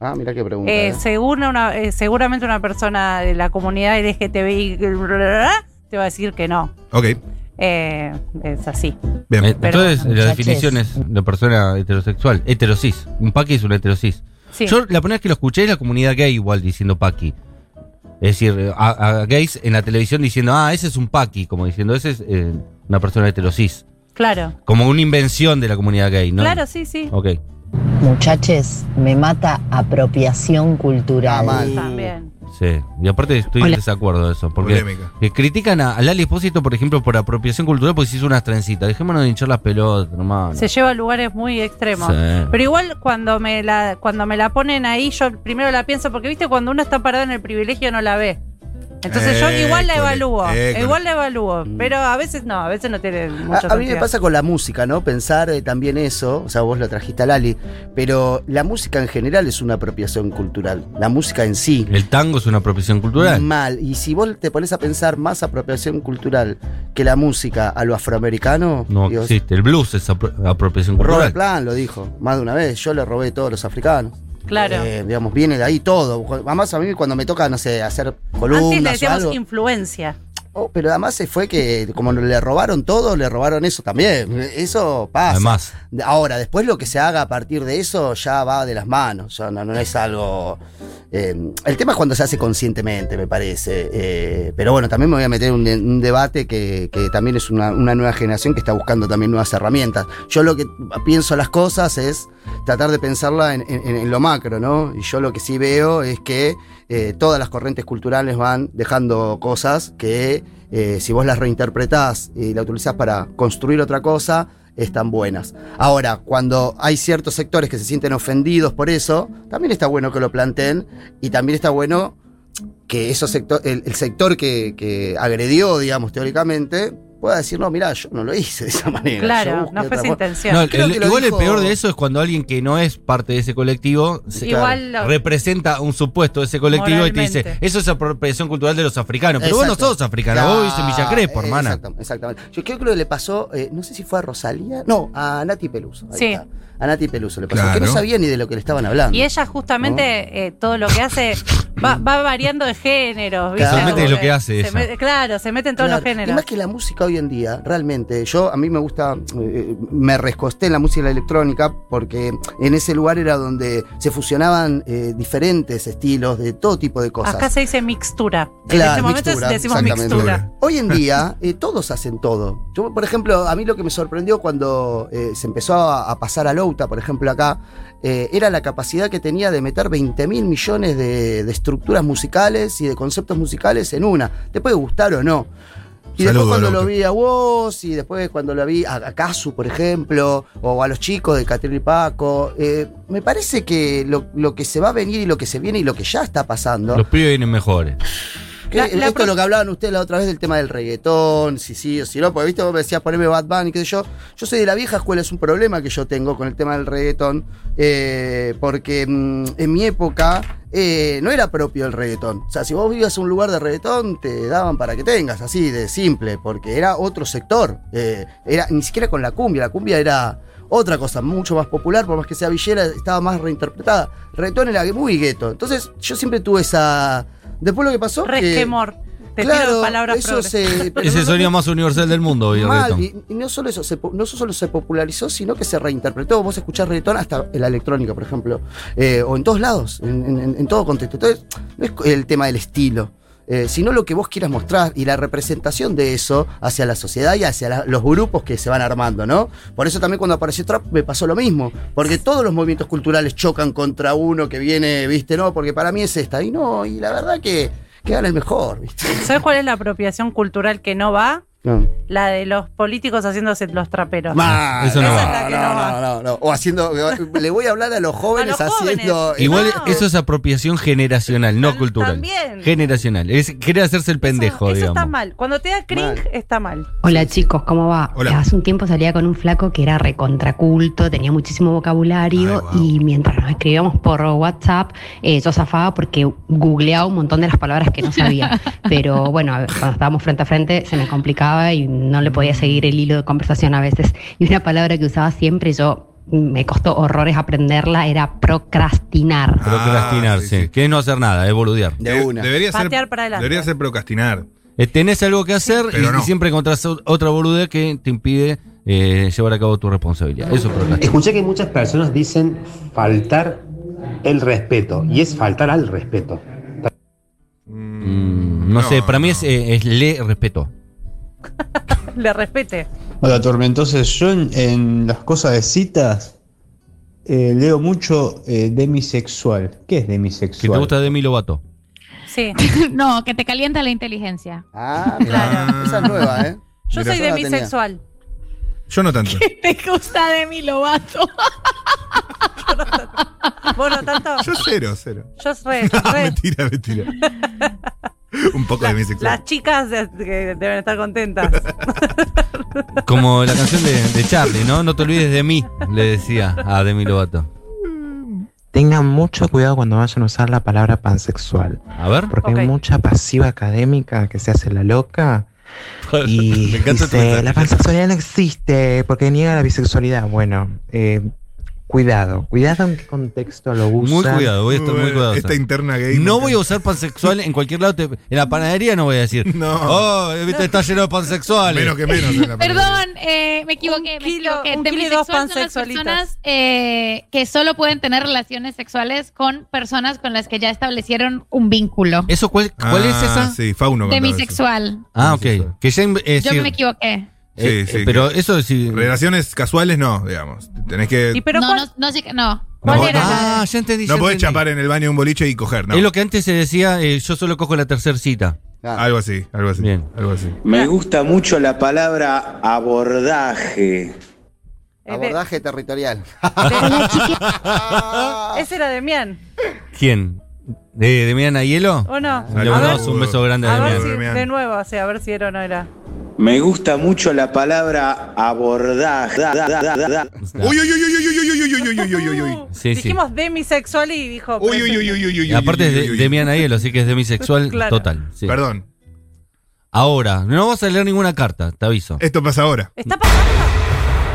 Speaker 8: Ah, mirá qué pregunta.
Speaker 3: Eh,
Speaker 8: eh.
Speaker 3: según una, eh, seguramente una persona de la comunidad LGTBI te va a decir que no.
Speaker 4: Ok,
Speaker 3: Eh, es así.
Speaker 4: bien.
Speaker 2: Eh, Entonces,
Speaker 3: Pero,
Speaker 2: la
Speaker 3: muchachos.
Speaker 2: definición es de persona heterosexual, heterosis. Un paqui es un heterosis.
Speaker 3: Sí.
Speaker 2: Yo la primera vez que lo escuché es la comunidad gay igual diciendo paqui. Es decir, a, a gays en la televisión diciendo, ah, ese es un paqui, como diciendo, ese es eh, una persona heterosis.
Speaker 3: claro.
Speaker 2: Como una invención de la comunidad gay, ¿no? Oh.
Speaker 3: Claro, sí, sí.
Speaker 2: Ok.
Speaker 1: Muchaches, me mata apropiación
Speaker 8: Ah,
Speaker 1: cultural.
Speaker 8: mal.
Speaker 3: También.
Speaker 2: Sí, y aparte estoy en desacuerdo de eso, porque
Speaker 4: Polémica.
Speaker 2: que critican a, a Lali Espósito, por ejemplo, por apropiación cultural porque se hizo unas trencitas. Dejémonos de hinchar las pelotas, hermano.
Speaker 3: Se lleva a lugares muy extremos.
Speaker 2: Sí.
Speaker 3: Pero igual cuando me la cuando me la ponen ahí, yo primero la pienso, porque viste, cuando uno está parado en el privilegio no la ve. Entonces
Speaker 2: Eh,
Speaker 3: yo igual la
Speaker 4: École,
Speaker 3: evalúo,
Speaker 4: école.
Speaker 3: igual la evalúo,
Speaker 2: Mm.
Speaker 3: pero a veces no, a veces no tiene mucho
Speaker 8: A, a mí me
Speaker 3: sentido.
Speaker 8: pasa con la música, ¿no? Pensar eh, también eso, o sea, vos lo trajiste a Lali, pero la música en general es una apropiación cultural, la música en sí.
Speaker 2: El tango es una apropiación cultural.
Speaker 8: Mal. Y si vos te pones a pensar más apropiación cultural que la música a lo afroamericano,
Speaker 2: No
Speaker 8: digo,
Speaker 2: existe. El blues es apro- apropiación
Speaker 8: Robert
Speaker 2: cultural.
Speaker 8: Plant lo dijo más de una vez, yo le robé todos los africanos.
Speaker 3: Claro.
Speaker 8: Eh, digamos, viene de ahí todo. Además, a mí cuando me toca, no sé, hacer
Speaker 3: Antes le
Speaker 8: columnas o
Speaker 3: decíamos
Speaker 8: algo.
Speaker 3: influencia.
Speaker 8: Oh, pero además se fue que, como le robaron todo, le robaron eso también. Eso pasa.
Speaker 2: Además,
Speaker 8: Ahora, después lo que se haga a partir de eso ya va de las manos, ya no, no es algo... eh, el tema es cuando se hace conscientemente, me parece. eh, pero bueno, también me voy a meter en un, de- un debate que, que también es una, una nueva generación que está buscando también nuevas herramientas. Yo lo que pienso las cosas es tratar de pensarla en, en- en lo macro, ¿no? Y yo lo que sí veo es que eh, todas las corrientes culturales van dejando cosas que eh, si vos las reinterpretás y la utilizás para construir otra cosa, están buenas. Ahora, cuando hay ciertos sectores que se sienten ofendidos por eso, también está bueno que lo planteen y también está bueno que esos secto- el, el sector que, que agredió, digamos, teóricamente, pueda decir, no, mirá, yo no lo hice de esa manera. yo
Speaker 3: Claro,
Speaker 8: busqué
Speaker 3: no fue
Speaker 8: otra
Speaker 3: su
Speaker 8: forma".
Speaker 3: intención.
Speaker 2: no, el-
Speaker 8: Creo que lo
Speaker 2: igual
Speaker 8: dijo-
Speaker 2: el peor de eso es cuando alguien que no es parte de ese colectivo se-
Speaker 3: Igual lo-
Speaker 2: representa un supuesto de ese colectivo y te dice,
Speaker 3: Moralmente.
Speaker 2: eso es apropiación cultural de los africanos. Pero vos no
Speaker 8: Exacto.
Speaker 2: sos africano,
Speaker 8: Claro,
Speaker 2: vos vivís en Villa Crespo, hermana.
Speaker 8: exactam- Exactamente. Yo creo que lo que le pasó, eh, no sé si fue a Rosalía, no, a Nati Peluso. ahí
Speaker 3: Sí.
Speaker 8: está. A Nati Peluso le pasó, que no
Speaker 4: Claro.
Speaker 8: sabía ni de lo que le estaban hablando.
Speaker 3: Y ella justamente eh, todo lo que hace va, va variando de géneros. ¿viste?
Speaker 8: Solamente
Speaker 3: Como
Speaker 8: es
Speaker 2: lo
Speaker 3: que
Speaker 2: que hace
Speaker 3: se
Speaker 2: ella.
Speaker 3: mete- claro, se mete en todos
Speaker 8: Claro.
Speaker 3: los
Speaker 8: Y
Speaker 3: géneros.
Speaker 8: más que la música hoy en día, realmente, yo a mí me gusta, eh, me rescosté en la música y la electrónica porque en ese lugar era donde se fusionaban eh, diferentes estilos de todo tipo de cosas.
Speaker 3: Acá se dice mixtura. en
Speaker 8: Claro,
Speaker 3: este momento
Speaker 8: mixtura,
Speaker 3: decimos
Speaker 8: exactamente.
Speaker 3: mixtura.
Speaker 8: Hoy en día eh, todos hacen todo. Yo, por ejemplo, a mí lo que me sorprendió cuando eh, se empezó a, a pasar a Louta, por ejemplo, acá, eh, era la capacidad que tenía de meter 20 mil millones de, de estructuras musicales y de conceptos musicales en una. Te puede gustar o no. Y
Speaker 4: Saludo
Speaker 8: después
Speaker 4: a
Speaker 8: cuando lo
Speaker 4: Louta.
Speaker 8: vi a vos, y después cuando lo vi a, a Casu, por ejemplo, o a los chicos de Catril y Paco, eh, me parece que lo, lo que se va a venir y lo que se viene y lo que ya está pasando.
Speaker 2: Los pibes vienen mejores.
Speaker 8: Que
Speaker 3: La-
Speaker 8: esto
Speaker 3: la
Speaker 8: es
Speaker 3: pro-
Speaker 8: lo que hablaban ustedes la otra vez del tema del reggaetón, si sí o si no, porque viste, vos me decías poneme Bad Bunny, qué sé yo. Yo soy de la vieja escuela, es un problema que yo tengo con el tema del reggaetón, eh, porque mm, en mi época eh, no era propio el reggaetón. O sea, si vos vivías en un lugar de reggaetón, te daban para que tengas, así de simple, porque era otro sector. eh, era Ni siquiera con la cumbia, la cumbia era otra cosa mucho más popular, por más que sea villera, estaba más reinterpretada. Reggaetón era muy gueto. Entonces, yo siempre tuve esa. Después lo que pasó. que-
Speaker 3: Resquemor. Te tiro palabras
Speaker 8: eso
Speaker 3: progres.
Speaker 2: [laughs]
Speaker 8: se- pero
Speaker 2: Es el
Speaker 8: no-
Speaker 2: sonido más universal del mundo hoy, el
Speaker 8: Mal,
Speaker 2: reggaetón.
Speaker 8: y, y no solo eso, se po- no solo se popularizó, sino que se reinterpretó. Vos escuchás reggaetón hasta en la electrónica, por ejemplo, eh, o en todos lados, en, en- en todo contexto. Entonces, no es el tema del estilo, eh, sino lo que vos quieras mostrar y la representación de eso hacia la sociedad y hacia la- los grupos que se van armando, ¿no? Por eso también cuando apareció Trap me pasó lo mismo, porque todos los movimientos culturales chocan contra uno que viene, viste, no, porque para mí es esta, y no, y la verdad que, que gana el mejor, viste.
Speaker 3: ¿Sabes cuál es la apropiación cultural que no va?
Speaker 8: No.
Speaker 3: La de los políticos haciéndose los traperos.
Speaker 8: Mal.
Speaker 2: Eso no
Speaker 8: Esa
Speaker 2: va.
Speaker 8: es la que no, no, no, no. O haciendo. Le voy a hablar a los jóvenes
Speaker 3: A los jóvenes.
Speaker 8: haciendo.
Speaker 2: Eh, Igual
Speaker 3: No.
Speaker 2: eso es apropiación generacional, no cultural.
Speaker 3: también.
Speaker 2: Generacional. Es querer hacerse el pendejo,
Speaker 3: eso
Speaker 2: digamos.
Speaker 3: está mal. Cuando te da cringe,
Speaker 8: Mal.
Speaker 3: está mal.
Speaker 11: Hola chicos, ¿cómo va?
Speaker 4: Hola.
Speaker 11: Hace un tiempo salía con un flaco que era recontraculto, tenía muchísimo vocabulario
Speaker 4: Ay, wow.
Speaker 11: y mientras nos escribíamos por WhatsApp, eh, yo zafaba porque googleaba un montón de las palabras que no
Speaker 5: [laughs]
Speaker 11: sabía. Pero bueno, a ver, cuando estábamos frente a frente se me complicaba y no le podía seguir el hilo de conversación a veces. Y una palabra que usaba siempre yo mm, me costó horrores aprenderla era procrastinar.
Speaker 4: Ah,
Speaker 2: Procrastinar, Ah, sí, Que es no hacer nada, es boludear.
Speaker 8: De una.
Speaker 4: Debería ser,
Speaker 3: Patear para adelante.
Speaker 4: debería ser procrastinar.
Speaker 2: Eh, tenés algo que hacer y,
Speaker 4: Pero no.
Speaker 2: y siempre encontrás o- otra boludez que te impide eh, llevar a cabo tu responsabilidad. Eso es procrastinar.
Speaker 7: Escuché que muchas personas dicen faltar el respeto, y es faltar al respeto.
Speaker 2: Mm, no, sé, para mí es, eh, es le respeto.
Speaker 3: Le respete.
Speaker 12: Hola, Tormentosos. Yo en, en las cosas de citas eh, leo mucho eh, demisexual. ¿Qué es
Speaker 2: Que
Speaker 12: demisexual?
Speaker 2: te gusta Demi Lovato.
Speaker 8: [laughs]
Speaker 3: Sí.
Speaker 5: [laughs] No, que te calienta la inteligencia.
Speaker 8: Ah, mirá,
Speaker 4: Claro.
Speaker 8: Esa es nueva, ¿eh?
Speaker 3: Yo soy
Speaker 4: Mira,
Speaker 8: yo la tenía.
Speaker 3: demisexual.
Speaker 4: Yo
Speaker 3: [laughs]
Speaker 4: no tanto.
Speaker 5: Te gusta de mi lobato.
Speaker 3: Vos no tanto.
Speaker 4: Yo cero, cero.
Speaker 3: Yo soy.
Speaker 2: Ah,
Speaker 4: No, mentira, mentira. Un poco de mi
Speaker 3: Las
Speaker 4: sexual.
Speaker 3: chicas de- que deben estar contentas.
Speaker 2: Como la canción de, de Charlie, ¿no? No te olvides de mí, le decía a Demi Lovato.
Speaker 13: Tengan mucho cuidado cuando vayan a usar la palabra pansexual,
Speaker 2: A ver.
Speaker 13: porque
Speaker 3: Ok.
Speaker 13: hay mucha pasiva académica que se hace la
Speaker 2: [laughs]
Speaker 13: loca y
Speaker 4: Me encanta tu
Speaker 13: dice,
Speaker 4: mensaje.
Speaker 13: la pansexualidad no existe porque niega la bisexualidad. Bueno, eh, cuidado, cuidado en qué contexto lo usan.
Speaker 2: Muy cuidado, voy a estar muy
Speaker 4: Bueno,
Speaker 2: cuidado.
Speaker 4: Esta interna gay.
Speaker 2: No voy a usar pansexual en cualquier lado. te- en la panadería no voy a decir.
Speaker 4: [laughs] No.
Speaker 2: Oh, viste, está lleno de pansexuales.
Speaker 4: Menos que menos. en la pandemia.
Speaker 5: Perdón, eh, me equivoqué,
Speaker 3: Un
Speaker 5: me
Speaker 3: kilo-
Speaker 5: equivoqué.
Speaker 3: un kilo y
Speaker 5: Demisexual
Speaker 3: dos
Speaker 5: son las
Speaker 3: pansexualitas.
Speaker 5: personas eh, que solo pueden tener relaciones sexuales con personas con las que ya establecieron un vínculo.
Speaker 2: ¿Eso cuál, cuál es
Speaker 4: Ah,
Speaker 2: esa?
Speaker 4: Sí, Fauno. contaba eso.
Speaker 5: Demisexual.
Speaker 2: Ah, ok. Que ya, eh,
Speaker 5: Yo
Speaker 2: sí,
Speaker 5: me equivoqué.
Speaker 2: eh,
Speaker 4: Sí, sí,
Speaker 2: eh, Pero eso sí.
Speaker 4: Relaciones casuales no, digamos. Tenés
Speaker 3: ¿Y
Speaker 4: que.
Speaker 3: pero
Speaker 5: no,
Speaker 3: cuál?
Speaker 5: no, no, sé qué- no.
Speaker 4: ¿Cuál
Speaker 2: No,
Speaker 4: era
Speaker 2: Ah, ya entendí.
Speaker 4: No
Speaker 2: ya
Speaker 4: podés
Speaker 2: entendí.
Speaker 4: chapar en el baño de un boliche y coger, ¿no?
Speaker 2: Es lo que antes se decía, eh, yo solo cojo la tercera cita.
Speaker 8: Ah,
Speaker 4: Algo así, algo así.
Speaker 2: Bien.
Speaker 4: Algo así.
Speaker 14: Me gusta mucho la palabra abordaje.
Speaker 3: Eh,
Speaker 8: Abordaje territorial.
Speaker 3: de- ese era Demián,
Speaker 2: ¿Quién? ¿De Demián Hielo?
Speaker 3: ¿o no?
Speaker 2: Le
Speaker 3: a ver,
Speaker 2: mandamos un beso grande a
Speaker 3: a ver
Speaker 2: Demián.
Speaker 3: si,
Speaker 4: Demián.
Speaker 3: de nuevo, o sea, a ver si era o no era.
Speaker 14: Me gusta mucho la palabra abordaje. Da, da, da, da, da.
Speaker 4: Uy, uy, uy, uy, uy, uy, uy, uy, uy, uy, uy, uy, uy, uy.
Speaker 2: Sí, sí.
Speaker 3: Uh, Dijimos demisexual y dijo.
Speaker 4: Uy, uy, uy, uy, uy, uy.
Speaker 2: Y aparte
Speaker 4: uy,
Speaker 2: es
Speaker 4: uy,
Speaker 2: de,
Speaker 4: uy, uy.
Speaker 2: Demián Aiello, así que es demisexual
Speaker 3: Claro.
Speaker 2: total. sí.
Speaker 4: Perdón,
Speaker 2: Ahora, no vas a leer ninguna carta, te aviso.
Speaker 4: esto pasa ahora.
Speaker 3: ¿Está pasando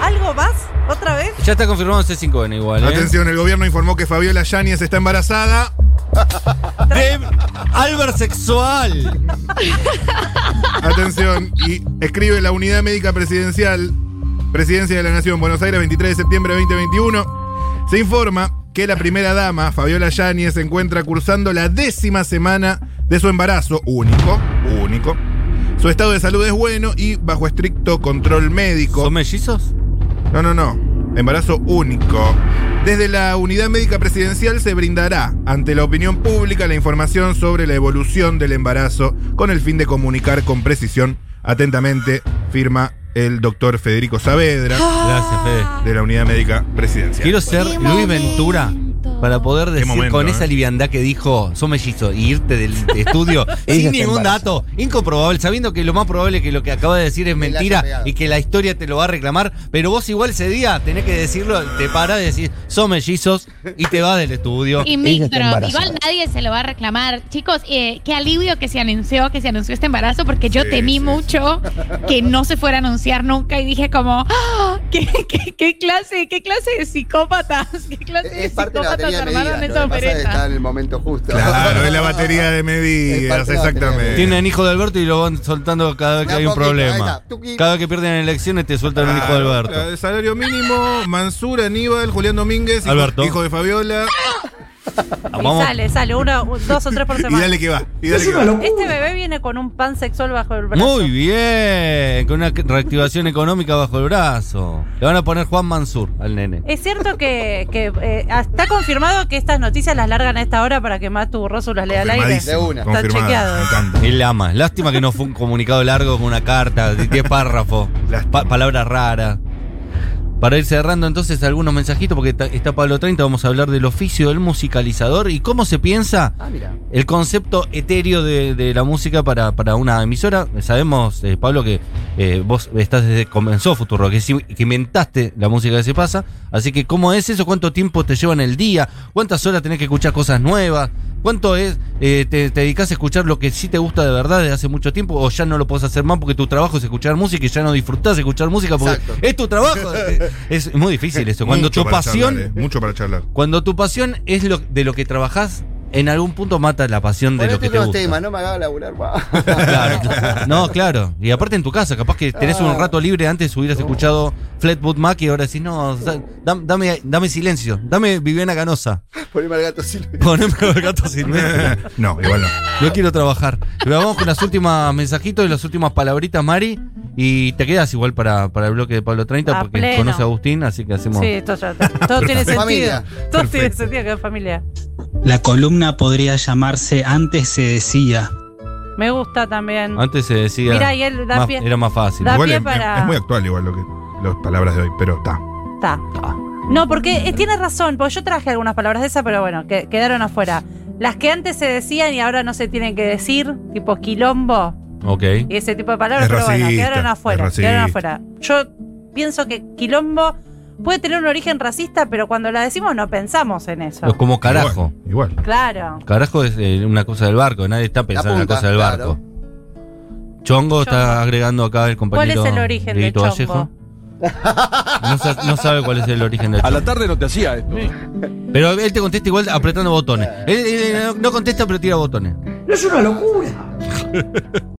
Speaker 3: algo más? ¿Otra vez?
Speaker 2: Ya está confirmado en C5N igual. ¿eh?
Speaker 4: Atención, el gobierno informó que Fabiola Yáñez está embarazada.
Speaker 2: Dem- Albert sexual.
Speaker 4: Atención, y escribe la Unidad Médica Presidencial, Presidencia de la Nación, Buenos Aires, 23 de septiembre de 2021. Se informa que la primera dama, Fabiola Yáñez, se encuentra cursando la décima semana de su embarazo, único, único. Su estado de salud es bueno y bajo estricto control médico.
Speaker 2: ¿Son mellizos?
Speaker 4: No, no, no. Embarazo único. Desde la unidad médica presidencial se brindará ante la opinión pública la información sobre la evolución del embarazo con el fin de comunicar con precisión. Atentamente, firma el doctor Federico Saavedra
Speaker 2: Gracias, Fede.
Speaker 4: de la unidad médica presidencial.
Speaker 2: Quiero ser Luis Ventura para poder decir
Speaker 4: momento,
Speaker 2: con
Speaker 4: eh.
Speaker 2: esa liviandad que dijo, son mellizos, y irte [laughs] del estudio sin
Speaker 13: está
Speaker 2: ningún
Speaker 13: embarazada.
Speaker 2: dato, incomprobable, sabiendo que lo más probable es que lo que acaba de decir es
Speaker 8: la haya
Speaker 2: mentira
Speaker 8: pegado.
Speaker 2: y que la historia te lo va a reclamar, pero vos igual ese día tenés que decirlo, te parás de decir, son mellizos y te vas del estudio.
Speaker 5: Y
Speaker 12: Ella
Speaker 5: mic
Speaker 12: está
Speaker 5: drop.
Speaker 12: embarazada.
Speaker 5: Igual nadie se lo va a reclamar. Chicos, eh, qué alivio que se anunció, que se anunció este embarazo, porque yo
Speaker 4: Sí,
Speaker 5: temí
Speaker 4: sí,
Speaker 5: mucho que no se fuera a anunciar nunca y dije como, "Ah, ¿qué, qué, qué clase, qué clase de psicópatas, qué clase
Speaker 8: Es-
Speaker 5: de
Speaker 8: Eh, es parte de la
Speaker 5: psicópatas
Speaker 8: batería
Speaker 3: armaron
Speaker 8: medida. Lo
Speaker 3: esa
Speaker 8: que pasa es que
Speaker 3: opereta.
Speaker 8: está en el momento justo.
Speaker 4: Claro, es la batería de medidas, exactamente.
Speaker 2: Tienen hijo de Alberto y lo van soltando cada vez que
Speaker 4: Da
Speaker 2: hay un
Speaker 4: poquito, ahí
Speaker 2: problema.
Speaker 4: está, tuqui.
Speaker 2: Cada vez que pierden elecciones te sueltan un hijo de
Speaker 4: Claro,
Speaker 2: Alberto.
Speaker 4: Ah, la de salario mínimo, Mansur, Aníbal, Julián Domínguez, hijo-
Speaker 2: Alberto.
Speaker 4: hijo de Fabiola.
Speaker 3: Y sale, sale uno, dos o tres por
Speaker 4: [laughs] Y
Speaker 3: semana.
Speaker 4: dale que va. Y dale
Speaker 2: Es
Speaker 4: que
Speaker 2: una
Speaker 4: va.
Speaker 3: Este bebé viene con un pan sexual bajo el brazo.
Speaker 2: Muy bien, con una reactivación económica bajo el brazo. Le van a poner Juan Mansur al nene.
Speaker 3: Es cierto que, que, eh, está confirmado que estas noticias las largan a esta hora para que Matu Rosu las lea al aire. Está chequeado.
Speaker 2: Él ama. Lástima que no fue un comunicado largo con una carta de 10 párrafos, pa- palabras raras. Para ir cerrando entonces algunos mensajitos, porque ta- está Pablo 30, vamos a hablar del oficio del musicalizador y cómo se piensa
Speaker 8: Ah, mira.
Speaker 2: el concepto etéreo de, de la música para, para una emisora. Sabemos, eh, Pablo, que eh, vos estás desde que comenzó Futuro, que, si- que inventaste la música que se pasa. Así que, ¿cómo es eso? ¿Cuánto tiempo te lleva en el día? ¿Cuántas horas tenés que escuchar cosas nuevas? ¿Cuánto es? eh, te, te dedicas a escuchar lo que sí te gusta de verdad desde hace mucho tiempo? ¿O ya no lo podés hacer más porque tu trabajo es escuchar música y ya no disfrutás de escuchar música porque
Speaker 4: Exacto.
Speaker 2: es tu
Speaker 4: [laughs]
Speaker 2: trabajo? es muy difícil eso. Cuando
Speaker 4: Mucho
Speaker 2: tu
Speaker 4: para
Speaker 2: pasión.
Speaker 4: charlar, eh, Mucho para charlar.
Speaker 2: Cuando tu pasión es lo, de lo que trabajás, en algún punto mata la pasión de lo
Speaker 8: Ponete
Speaker 2: que te
Speaker 8: otro
Speaker 2: gusta.
Speaker 8: tema, no me hagas laburar más.
Speaker 2: [laughs] Claro, claro. No, claro. Y aparte en tu casa, capaz que tenés
Speaker 8: Ah.
Speaker 2: un rato libre antes hubieras escuchado Flatwood Mac y ahora decís, no, da- dam- dame, dame silencio, dame Viviana Canosa. [laughs]
Speaker 8: Poneme al gato Silvio.
Speaker 2: Poneme el gato silvestre.
Speaker 4: No, igual no.
Speaker 2: No quiero trabajar. Pero vamos con las últimas mensajitos y las últimas palabritas, Mari. Y te quedas igual para, para el bloque de Pablo 30
Speaker 3: A
Speaker 2: porque
Speaker 3: pleno.
Speaker 2: conoce a Agustín, así que hacemos.
Speaker 3: Sí, esto ya- todo tiene sentido. Todo tiene sentido que es familia.
Speaker 15: La columna podría llamarse Antes se decía.
Speaker 3: Me gusta también.
Speaker 2: Antes se decía.
Speaker 3: Mirá, y él da
Speaker 2: más-
Speaker 3: pie-
Speaker 2: era más fácil.
Speaker 3: da
Speaker 4: Igual
Speaker 3: pie
Speaker 4: es,
Speaker 3: para-
Speaker 4: es muy actual igual lo que las palabras de hoy, pero está.
Speaker 3: Está.
Speaker 2: Ah.
Speaker 3: No, porque eh, tiene razón, porque yo traje algunas palabras de esas, pero bueno, que, quedaron afuera. Las que antes se decían y ahora no se tienen que decir, tipo quilombo
Speaker 2: Ok.
Speaker 3: y ese tipo de palabras,
Speaker 2: Es
Speaker 3: pero bueno,
Speaker 2: racista,
Speaker 3: quedaron afuera,
Speaker 2: es
Speaker 3: quedaron
Speaker 2: racista.
Speaker 3: afuera. Yo pienso que quilombo puede tener un origen racista, pero cuando la decimos no pensamos en eso.
Speaker 2: O Como carajo.
Speaker 4: Igual.
Speaker 3: Claro.
Speaker 2: Carajo es eh, una cosa del barco, nadie está pensando en
Speaker 8: punta,
Speaker 2: una cosa del
Speaker 8: claro.
Speaker 2: barco. Chongo está agregando acá el
Speaker 3: ¿Cuál es
Speaker 2: compañero.
Speaker 3: el origen de
Speaker 2: Dieguito
Speaker 3: chombo?
Speaker 2: Vallejo. No, sa- no sabe cuál es el origen del
Speaker 16: A la
Speaker 2: chongo.
Speaker 16: tarde no te hacía esto.
Speaker 2: Pero él te contesta igual
Speaker 16: Eh.
Speaker 2: apretando botones. Él, él no- no contesta, pero tira botones.
Speaker 16: Es una locura.